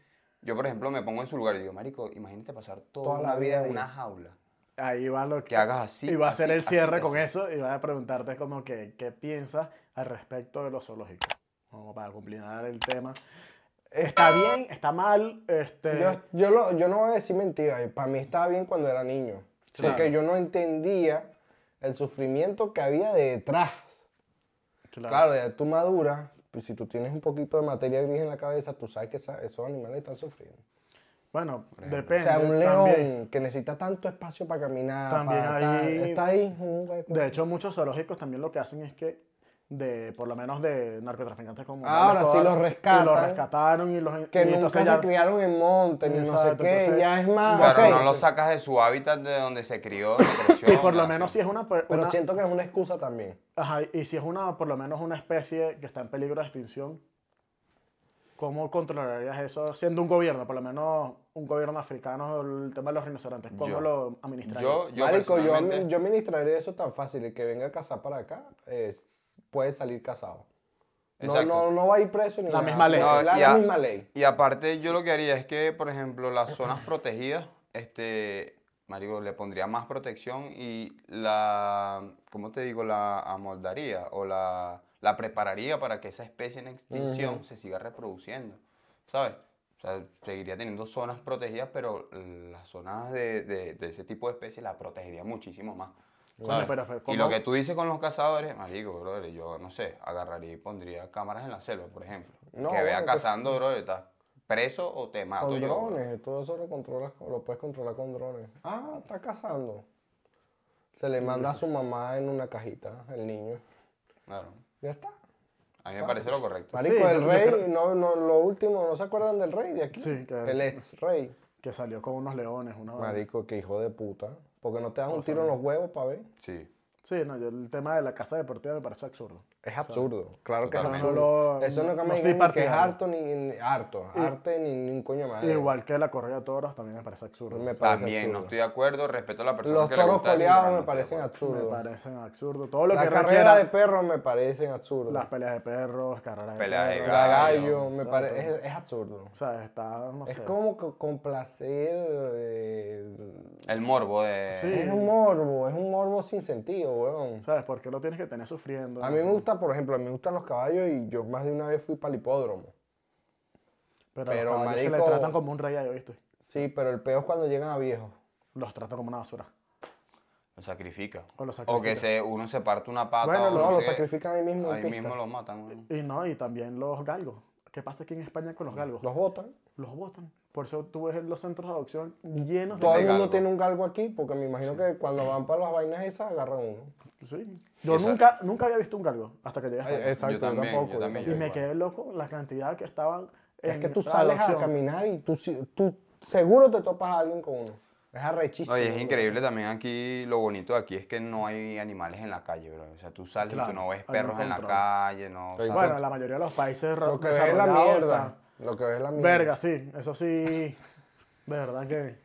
[SPEAKER 2] yo por ejemplo me pongo en su lugar y digo, marico, imagínate pasar toda,
[SPEAKER 1] Toda
[SPEAKER 2] la
[SPEAKER 1] la vida
[SPEAKER 2] vida en
[SPEAKER 1] ahí.
[SPEAKER 2] una jaula.
[SPEAKER 3] Ahí va lo
[SPEAKER 2] Que hagas así,
[SPEAKER 3] Y va a
[SPEAKER 2] así,
[SPEAKER 3] hacer el
[SPEAKER 2] así,
[SPEAKER 3] cierre con
[SPEAKER 2] así.
[SPEAKER 3] eso y va a preguntarte como que, ¿qué piensas al respecto de los zoológicos? Como para complicar el tema. ¿Está bien? ¿Está mal? Este...
[SPEAKER 1] Yo, yo, lo- yo no voy a decir mentiras. Para mí estaba bien cuando era niño.
[SPEAKER 2] Sí.
[SPEAKER 1] Porque yo no entendía el sufrimiento que había detrás. Claro, ya tú maduras. Pues si tú tienes un poquito de materia gris en la cabeza, tú sabes que esa- esos animales están sufriendo.
[SPEAKER 3] Bueno,
[SPEAKER 1] O
[SPEAKER 3] depende.
[SPEAKER 1] sea, un león
[SPEAKER 3] también.
[SPEAKER 1] que necesita tanto espacio para caminar.
[SPEAKER 3] También
[SPEAKER 1] para-
[SPEAKER 3] ahí-
[SPEAKER 1] Está ahí. un hueco.
[SPEAKER 3] De hecho, muchos zoológicos también lo que hacen es que de, por lo menos de narcotraficantes como
[SPEAKER 1] Ahora sí los
[SPEAKER 3] Y los
[SPEAKER 1] rescatan.
[SPEAKER 3] rescataron y los
[SPEAKER 1] Que
[SPEAKER 3] y
[SPEAKER 1] nunca
[SPEAKER 3] entonces
[SPEAKER 1] se
[SPEAKER 3] ya-
[SPEAKER 1] criaron en monte, ni no sé
[SPEAKER 3] Exacto,
[SPEAKER 1] qué,
[SPEAKER 3] entonces-
[SPEAKER 1] ya es más.
[SPEAKER 2] Claro,
[SPEAKER 1] Ah, ok.
[SPEAKER 2] no lo sacas de su hábitat de donde se crió, donde creció.
[SPEAKER 3] y por lo
[SPEAKER 2] donde
[SPEAKER 3] menos si
[SPEAKER 2] nació.
[SPEAKER 3] es una, per-
[SPEAKER 1] Pero
[SPEAKER 3] una-
[SPEAKER 1] siento que es una excusa también.
[SPEAKER 3] ajá, y si es una por lo menos una especie que está en peligro de extinción, ¿cómo controlarías eso siendo un gobierno, por lo menos un gobierno africano, el tema de los rinocerontes, cómo
[SPEAKER 2] Yo-
[SPEAKER 3] lo administrarías?
[SPEAKER 2] Yo, yo
[SPEAKER 1] Marico, yo,
[SPEAKER 2] personalmente-
[SPEAKER 1] yo administraré eso tan fácil. El que venga a cazar para acá es- puede salir cazado. No,
[SPEAKER 2] Exacto.
[SPEAKER 1] no, no va a ir preso ni
[SPEAKER 3] La
[SPEAKER 1] nada,
[SPEAKER 3] misma ley.
[SPEAKER 1] no,
[SPEAKER 2] No,
[SPEAKER 1] es la,
[SPEAKER 2] y a-
[SPEAKER 1] misma ley.
[SPEAKER 2] Y aparte, yo lo que haría es que, por ejemplo, las zonas protegidas, este, marico, le pondría más protección y la, ¿cómo te digo? La amoldaría o la, la prepararía para que esa especie en extinción se siga reproduciendo, ¿sabes? O sea, seguiría teniendo zonas protegidas, pero las zonas de, de- de ese tipo de especies las protegería muchísimo más. ¿sabes?
[SPEAKER 3] pero, pero,
[SPEAKER 2] y
[SPEAKER 3] ¿cómo?
[SPEAKER 2] lo que tú dices con los cazadores, marico, brother, yo no sé, agarraría y pondría cámaras en la selva, por ejemplo.
[SPEAKER 1] No,
[SPEAKER 2] que vea
[SPEAKER 1] bueno, que-
[SPEAKER 2] cazando, brother, estás preso o te mato
[SPEAKER 1] Con
[SPEAKER 2] Ah, yo. bro.
[SPEAKER 1] drones, todo eso lo controlas, lo puedes controlar con drones. Ah, está cazando. Se le manda a su mamá en una cajita, el niño.
[SPEAKER 2] Claro.
[SPEAKER 1] Ya está.
[SPEAKER 2] A mí me parece lo correcto.
[SPEAKER 1] Marico,
[SPEAKER 3] Sí,
[SPEAKER 1] el
[SPEAKER 3] yo- yo
[SPEAKER 1] rey,
[SPEAKER 3] creo-
[SPEAKER 1] no, no, lo último, ¿no se acuerdan del rey de aquí?
[SPEAKER 3] Sí, claro.
[SPEAKER 1] El ex rey.
[SPEAKER 3] que salió con unos leones, una
[SPEAKER 1] Marico, qué hijo de puta. Porque no te das un tiro en los huevos para ver.
[SPEAKER 2] Sí.
[SPEAKER 3] Sí, no, yo el tema de la casa deportiva me parece absurdo.
[SPEAKER 1] Es absurdo, claro que es
[SPEAKER 2] Totalmente.
[SPEAKER 1] absurdo.
[SPEAKER 3] Solo,
[SPEAKER 1] Eso no es que
[SPEAKER 3] no
[SPEAKER 1] me digan
[SPEAKER 3] soy
[SPEAKER 1] ni que es
[SPEAKER 3] partidario.
[SPEAKER 1] harto, ni, ni- harto, arte, ni, ni un coño madre.
[SPEAKER 3] Igual que la corrida de toros también me parece absurdo.
[SPEAKER 1] Me parece
[SPEAKER 2] También, no
[SPEAKER 1] absurdo.
[SPEAKER 2] estoy de acuerdo, respeto a la persona
[SPEAKER 1] Los
[SPEAKER 2] que le
[SPEAKER 1] toros
[SPEAKER 2] gusta eso, pero
[SPEAKER 1] coleados
[SPEAKER 2] no
[SPEAKER 1] me
[SPEAKER 2] estoy de
[SPEAKER 1] parecen
[SPEAKER 2] acuerdo.
[SPEAKER 3] Me
[SPEAKER 1] absurdos.
[SPEAKER 3] parecen absurdos. Todo lo
[SPEAKER 1] La
[SPEAKER 3] que
[SPEAKER 1] carrera
[SPEAKER 3] requiera
[SPEAKER 1] de perros me parecen absurdos.
[SPEAKER 3] las
[SPEAKER 1] La,
[SPEAKER 3] peleas de perros, carreras
[SPEAKER 2] Pelea de
[SPEAKER 3] de perros.
[SPEAKER 2] gallo.
[SPEAKER 1] gallo, me
[SPEAKER 3] Exacto.
[SPEAKER 1] pare- es, es absurdo.
[SPEAKER 3] O sea, está, no
[SPEAKER 1] Es
[SPEAKER 3] sé.
[SPEAKER 1] como que complacer... eh,
[SPEAKER 2] El morbo de...
[SPEAKER 3] Sí.
[SPEAKER 1] es un morbo, es un morbo sin sentido, weón.
[SPEAKER 3] ¿Sabes por qué lo tienes que tener sufriendo?
[SPEAKER 1] A mí me gusta, por ejemplo, a mí me gustan los caballos y yo más de una vez fui para el hipódromo.
[SPEAKER 3] Pero, a
[SPEAKER 1] pero,
[SPEAKER 3] los caballos se
[SPEAKER 1] marico-
[SPEAKER 3] le tratan como un rey, ahí, ¿viste?
[SPEAKER 1] Sí, pero el peor es cuando llegan a viejos.
[SPEAKER 3] Los tratan como una basura.
[SPEAKER 2] Lo sacrifica.
[SPEAKER 3] O lo
[SPEAKER 2] que
[SPEAKER 3] sacrifica.
[SPEAKER 2] se, uno se parte una pata
[SPEAKER 3] Bueno,
[SPEAKER 2] o
[SPEAKER 1] No,
[SPEAKER 2] no
[SPEAKER 1] lo
[SPEAKER 2] sé qué.
[SPEAKER 1] sacrifican ahí mismo. en
[SPEAKER 2] Ahí
[SPEAKER 1] pista.
[SPEAKER 2] mismo los matan. ¿no?
[SPEAKER 3] Y no, y también los galgos. ¿Qué pasa aquí en España con los galgos?
[SPEAKER 1] Los botan.
[SPEAKER 3] Los botan. Por eso tú ves los centros de adopción llenos de...
[SPEAKER 1] Todo el
[SPEAKER 2] De
[SPEAKER 1] mundo
[SPEAKER 2] galgo.
[SPEAKER 1] tiene un galgo aquí, porque me imagino que cuando van para las vainas esas agarran uno.
[SPEAKER 3] Sí. Yo
[SPEAKER 2] Esa-
[SPEAKER 3] nunca, nunca había visto un galgo hasta que llegué a España.
[SPEAKER 2] yo también, yo también.
[SPEAKER 3] Y me
[SPEAKER 2] igual.
[SPEAKER 3] quedé loco la cantidad que estaban
[SPEAKER 1] Es que tú
[SPEAKER 3] la
[SPEAKER 1] sales a
[SPEAKER 3] adopción.
[SPEAKER 1] caminar y tú, si- tú seguro te topas a alguien con uno. Es arrechísimo.
[SPEAKER 2] No, y es
[SPEAKER 1] bro.
[SPEAKER 2] increíble también aquí, lo bonito de aquí es que no hay animales en la calle, bro. O sea, tú sales y
[SPEAKER 3] Claro,
[SPEAKER 2] tú no ves
[SPEAKER 3] hay un
[SPEAKER 2] perros en la
[SPEAKER 3] control.
[SPEAKER 2] calle, no...
[SPEAKER 1] Pero
[SPEAKER 2] ¿sabes?
[SPEAKER 3] Bueno, en la mayoría de los países ro-
[SPEAKER 1] Lo que ves es la
[SPEAKER 3] desarrollados
[SPEAKER 1] mierda.
[SPEAKER 3] está-
[SPEAKER 1] Lo que ves es la mierda.
[SPEAKER 3] Verga, sí, eso sí. De verdad que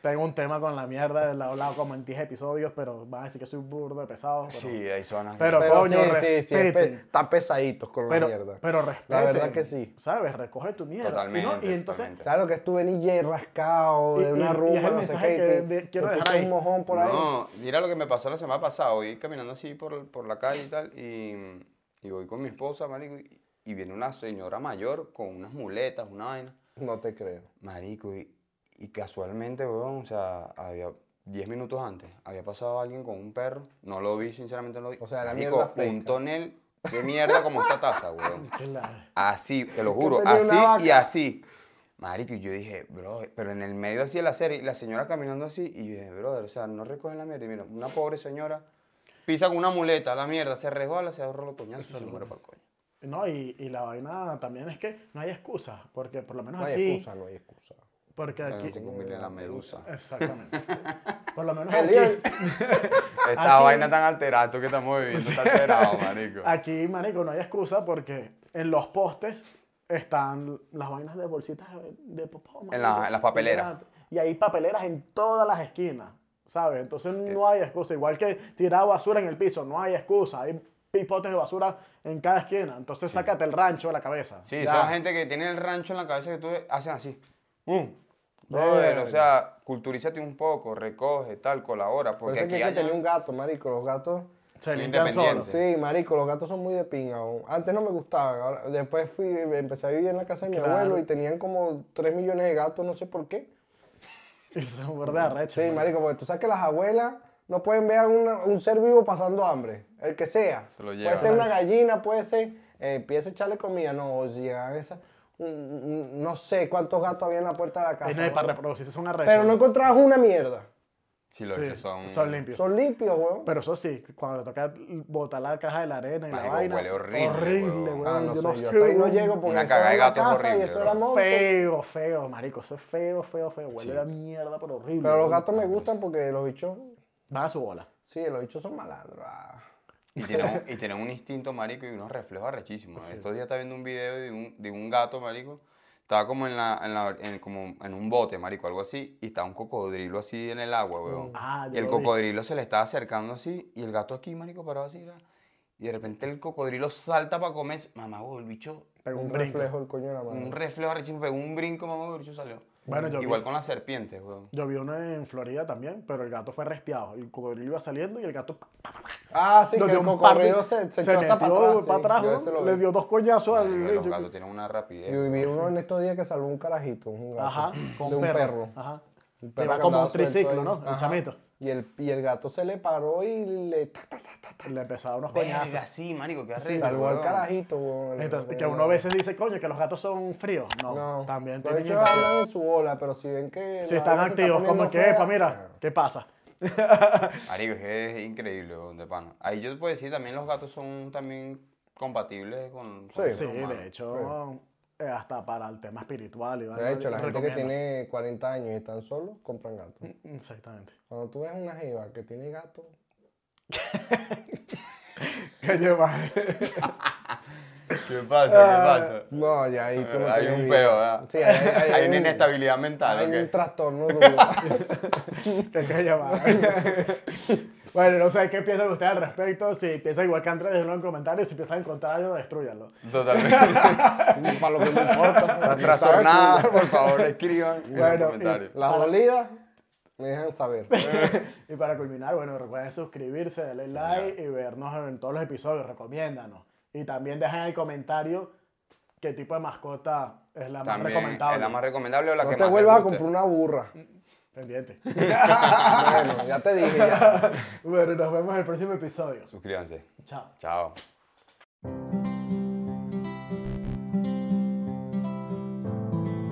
[SPEAKER 3] tengo un tema con la mierda, lo he hablado como en 10 episodios, pero van a decir que soy burdo de pesado. Pero,
[SPEAKER 2] sí, hay zonas...
[SPEAKER 3] Pero-
[SPEAKER 1] Pero
[SPEAKER 3] coño,
[SPEAKER 1] sí, sí, sí, es pe-
[SPEAKER 3] respeten.
[SPEAKER 1] está pesadito con
[SPEAKER 3] pero,
[SPEAKER 1] la mierda.
[SPEAKER 3] pero respeten,
[SPEAKER 1] La verdad que sí.
[SPEAKER 3] ¿Sabes? Recoge tu mierda.
[SPEAKER 2] Totalmente,
[SPEAKER 3] Y, no- y entonces,
[SPEAKER 2] totalmente.
[SPEAKER 1] Claro que es tú venir ya rascado
[SPEAKER 3] Y-
[SPEAKER 1] de
[SPEAKER 3] y- y
[SPEAKER 1] una
[SPEAKER 3] es
[SPEAKER 1] rumba,
[SPEAKER 3] el
[SPEAKER 1] no sé
[SPEAKER 3] mensaje
[SPEAKER 1] qué. y
[SPEAKER 3] que
[SPEAKER 1] te-
[SPEAKER 3] de-
[SPEAKER 1] te
[SPEAKER 3] quiero dejar
[SPEAKER 1] pisas
[SPEAKER 3] ahí.
[SPEAKER 1] un mojón por ahí.
[SPEAKER 2] No, mira lo que me pasó la semana pasada. Voy caminando así por, por la calle y tal. Y, y voy con mi esposa, marico. Y, y viene una señora mayor con unas muletas, una vaina.
[SPEAKER 1] No te creo.
[SPEAKER 2] Marico, y, y casualmente, weón, o sea, había 10 minutos antes, había pasado alguien con un perro. No lo vi, sinceramente no lo vi.
[SPEAKER 1] O sea, la
[SPEAKER 2] Marico,
[SPEAKER 1] mierda fresca.
[SPEAKER 2] un tonel de mierda como esta taza, weón.
[SPEAKER 3] que la-
[SPEAKER 2] Así, te lo juro,
[SPEAKER 1] tenía una
[SPEAKER 2] así y así. Marico, y yo dije, bro, pero en el medio así de la serie, y la señora caminando así, y yo dije, brother, o sea, no recogen la mierda. Y mira, una pobre señora pisa con una muleta, la mierda, se resbala, se ahorra los coñazos y se muere para el coño.
[SPEAKER 3] no, y, y la vaina también es que no hay excusas, porque por lo menos
[SPEAKER 1] No hay
[SPEAKER 3] aquí...
[SPEAKER 1] excusa, no hay excusa.
[SPEAKER 3] Porque
[SPEAKER 2] Bueno,
[SPEAKER 3] aquí...
[SPEAKER 2] te convierte en la medusa.
[SPEAKER 3] Exactamente. por lo menos
[SPEAKER 1] Eliel.
[SPEAKER 3] aquí...
[SPEAKER 1] Ah,
[SPEAKER 2] Esta
[SPEAKER 3] Aquí-
[SPEAKER 2] vaina tan alterada, esto que estamos viviendo está alterado, marico.
[SPEAKER 1] Ah,
[SPEAKER 3] Aquí, marico, no hay excusa porque en los postes están las vainas de bolsitas de, de popó, marico.
[SPEAKER 2] En la- en las papeleras.
[SPEAKER 3] Y hay papeleras en todas las esquinas, ¿sabes? Entonces no hay excusa. Igual que tirar basura en el piso, no hay excusa. Hay pipotes de basura en cada esquina. Entonces sácate el rancho de la cabeza.
[SPEAKER 2] Sí,
[SPEAKER 1] Ya.
[SPEAKER 2] son gente que tiene el rancho en la cabeza que tú ves, hacen así. Mm. Brother, o sea, culturízate un poco, recoge, tal, colabora,
[SPEAKER 1] Por
[SPEAKER 2] porque
[SPEAKER 1] eso es que
[SPEAKER 2] aquí
[SPEAKER 1] hay que tener
[SPEAKER 2] allá-
[SPEAKER 1] un gato, marico. Los gatos...
[SPEAKER 3] Se
[SPEAKER 2] Sí,
[SPEAKER 3] limpian
[SPEAKER 2] independiente.
[SPEAKER 3] solos.
[SPEAKER 1] Sí, marico, los gatos son muy de pinga. weón. Antes no me gustaban, ahora- después fui, empecé a vivir en la casa de mi
[SPEAKER 3] Claro.
[SPEAKER 1] abuelo y tenían como 3 millones de gatos, no sé por qué.
[SPEAKER 3] Y se muerde arrecho.
[SPEAKER 1] Sí, marico, porque tú sabes que las abuelas no pueden ver a una- un ser vivo pasando hambre, el que sea.
[SPEAKER 2] Se lo
[SPEAKER 1] Puede
[SPEAKER 2] llevan.
[SPEAKER 1] ser una gallina, puede ser, eh, empieza a echarle comida, no, o llegan esas, un- un- no sé cuántos gatos había en la puerta de la
[SPEAKER 3] Ahí
[SPEAKER 1] casa.
[SPEAKER 3] no hay para
[SPEAKER 1] weón.
[SPEAKER 3] reproducirse, es una arrecho.
[SPEAKER 1] Pero no encontrabas una mierda.
[SPEAKER 2] Si los
[SPEAKER 3] Sí,
[SPEAKER 2] hechos son.
[SPEAKER 3] son limpios.
[SPEAKER 1] Son limpios, weón.
[SPEAKER 3] Pero eso sí, cuando le toca botar la caja de la arena y
[SPEAKER 2] Marico,
[SPEAKER 3] la vaina.
[SPEAKER 2] huele horrible,
[SPEAKER 3] Horrible,
[SPEAKER 2] weón.
[SPEAKER 3] weón.
[SPEAKER 1] Ah, no
[SPEAKER 3] yo
[SPEAKER 1] sé,
[SPEAKER 3] no
[SPEAKER 1] yo
[SPEAKER 3] sé,
[SPEAKER 1] hasta ahí no
[SPEAKER 3] weón.
[SPEAKER 1] llego pues, porque
[SPEAKER 2] Una
[SPEAKER 1] eso
[SPEAKER 2] caga de
[SPEAKER 1] era la
[SPEAKER 2] gatos
[SPEAKER 1] casa y
[SPEAKER 2] horrible,
[SPEAKER 1] eso
[SPEAKER 2] bro.
[SPEAKER 1] era monte.
[SPEAKER 3] Feo, feo, marico. Eso es feo, feo, feo. Huele a mierda, pero horrible.
[SPEAKER 1] Pero los
[SPEAKER 3] weón.
[SPEAKER 1] gatos me gustan porque los bichos,
[SPEAKER 3] Van a su bola.
[SPEAKER 1] sí, los bichos son malandros. ah.
[SPEAKER 2] Y tienen, un, y tienen un instinto, marico, y unos reflejos arrechísimos. Estos días estaba viendo un video de un, de un gato, marico. Estaba como en, la, en, la- en- como en un bote, marico, algo así. Y estaba un cocodrilo así en el agua, weón.
[SPEAKER 3] Ah, yo
[SPEAKER 2] y el
[SPEAKER 3] lo vi.
[SPEAKER 2] cocodrilo se le estaba acercando así. Y el gato aquí, marico, paraba así. era. Y de repente el cocodrilo salta para comer. Mamá, huevo, el bicho,
[SPEAKER 3] Pero
[SPEAKER 1] un
[SPEAKER 3] un brinco.
[SPEAKER 1] reflejo el coño de la
[SPEAKER 2] un
[SPEAKER 1] madre.
[SPEAKER 2] reflejo arrechísimo, pegó un brinco, mamá, huevo, el bicho salió.
[SPEAKER 3] Bueno, yo vi-
[SPEAKER 2] Igual con las serpientes, weón.
[SPEAKER 3] Yo vi uno en Florida también, pero el gato fue arresteado. El cocodrilo iba saliendo y el gato pa, pa, pa, pa,
[SPEAKER 1] Ah, sí,
[SPEAKER 3] lo
[SPEAKER 1] que
[SPEAKER 3] dio
[SPEAKER 1] el
[SPEAKER 3] un par de-
[SPEAKER 1] cocodrilo se, se, echó hasta para
[SPEAKER 3] metió
[SPEAKER 1] atrás.
[SPEAKER 3] pa'
[SPEAKER 1] sí,
[SPEAKER 3] atrás,
[SPEAKER 1] yo
[SPEAKER 3] ¿no?
[SPEAKER 1] ese lo
[SPEAKER 3] le
[SPEAKER 1] vi.
[SPEAKER 3] dio dos coñazos al
[SPEAKER 2] Marico, los
[SPEAKER 3] yo-
[SPEAKER 2] gatos tienen una rapidez.
[SPEAKER 1] Yo
[SPEAKER 2] weón.
[SPEAKER 1] vi uno en estos días que salvó un carajito, un gato.
[SPEAKER 3] Ajá, con
[SPEAKER 1] de un perro.
[SPEAKER 3] Ajá.
[SPEAKER 1] Un
[SPEAKER 3] Que
[SPEAKER 1] perro
[SPEAKER 3] va
[SPEAKER 1] que
[SPEAKER 3] como
[SPEAKER 1] andaba
[SPEAKER 3] un
[SPEAKER 1] suelto
[SPEAKER 3] triciclo,
[SPEAKER 1] ahí.
[SPEAKER 3] ¿no? El
[SPEAKER 1] Ajá.
[SPEAKER 3] chamito.
[SPEAKER 1] Y el, y el gato se le paró y le ta, ta, ta, ta, ta,
[SPEAKER 3] Le empezaba unos coñazos.
[SPEAKER 2] Verga, sí, marico, qué arrecho,
[SPEAKER 1] salvó al
[SPEAKER 2] weón.
[SPEAKER 1] carajito, weón.
[SPEAKER 3] Entonces, que uno a veces dice, coño, que los gatos son fríos. No,
[SPEAKER 1] No,
[SPEAKER 3] también
[SPEAKER 1] los
[SPEAKER 3] tienen
[SPEAKER 1] bichos
[SPEAKER 3] empatía.
[SPEAKER 1] hablan en su bola, pero si ven que.
[SPEAKER 3] Si
[SPEAKER 1] la
[SPEAKER 3] están
[SPEAKER 1] vaina se está
[SPEAKER 3] activos, como
[SPEAKER 1] poniendo
[SPEAKER 3] que,
[SPEAKER 1] fea,
[SPEAKER 3] epa, mira, ¿qué pasa?
[SPEAKER 2] Marico, es que es increíble, weón, de pana. Ahí yo te puedo decir, también los gatos son también compatibles con... con
[SPEAKER 1] Sí.
[SPEAKER 2] el
[SPEAKER 3] Sí,
[SPEAKER 2] ser humano.
[SPEAKER 3] de hecho, eh, hasta para el tema espiritual. y vaina,
[SPEAKER 1] De hecho, la gente que
[SPEAKER 3] recomienda.
[SPEAKER 1] tiene 40 años y están solos, compran gatos.
[SPEAKER 3] Exactamente.
[SPEAKER 1] Cuando tú ves una jeva que tiene gato,
[SPEAKER 3] Que lleva.
[SPEAKER 2] ¿Qué pasa? ¿Qué
[SPEAKER 1] no, ya Ah, ahí tú no
[SPEAKER 2] pasa? Eh, Hay
[SPEAKER 1] tienes
[SPEAKER 2] un
[SPEAKER 1] vida.
[SPEAKER 2] peo, ¿verdad?
[SPEAKER 1] Sí, hay, hay- hay
[SPEAKER 2] Hay una
[SPEAKER 1] un-
[SPEAKER 2] inestabilidad mental,
[SPEAKER 1] Hay
[SPEAKER 2] ¿ok?
[SPEAKER 1] un trastorno duro.
[SPEAKER 3] que que lleva. bueno, no sé qué piensan ustedes al respecto. Si piensan igual que Andrés, déjenlo en comentarios. Si piensan en contrario, destruyanlo.
[SPEAKER 2] Totalmente.
[SPEAKER 1] para lo que me importa.
[SPEAKER 2] Estás trastornada, por favor, escriban en
[SPEAKER 3] Bueno,
[SPEAKER 2] los comentarios.
[SPEAKER 1] Las dolidas me dejan saber.
[SPEAKER 3] Y para culminar, bueno, recuerden suscribirse, darle like y vernos en todos los episodios. Recomiéndanos. Y también dejen en el comentario qué tipo de mascota es la más
[SPEAKER 2] También
[SPEAKER 3] recomendable.
[SPEAKER 2] es la más recomendable o la
[SPEAKER 1] No
[SPEAKER 2] que
[SPEAKER 1] te
[SPEAKER 2] más les
[SPEAKER 1] vuelvas a
[SPEAKER 2] guste.
[SPEAKER 1] comprar una burra.
[SPEAKER 3] Pendiente.
[SPEAKER 1] bueno, ya te dije. Ya.
[SPEAKER 3] bueno, nos vemos en el próximo episodio.
[SPEAKER 2] Suscríbanse.
[SPEAKER 3] Chao.
[SPEAKER 2] Chao.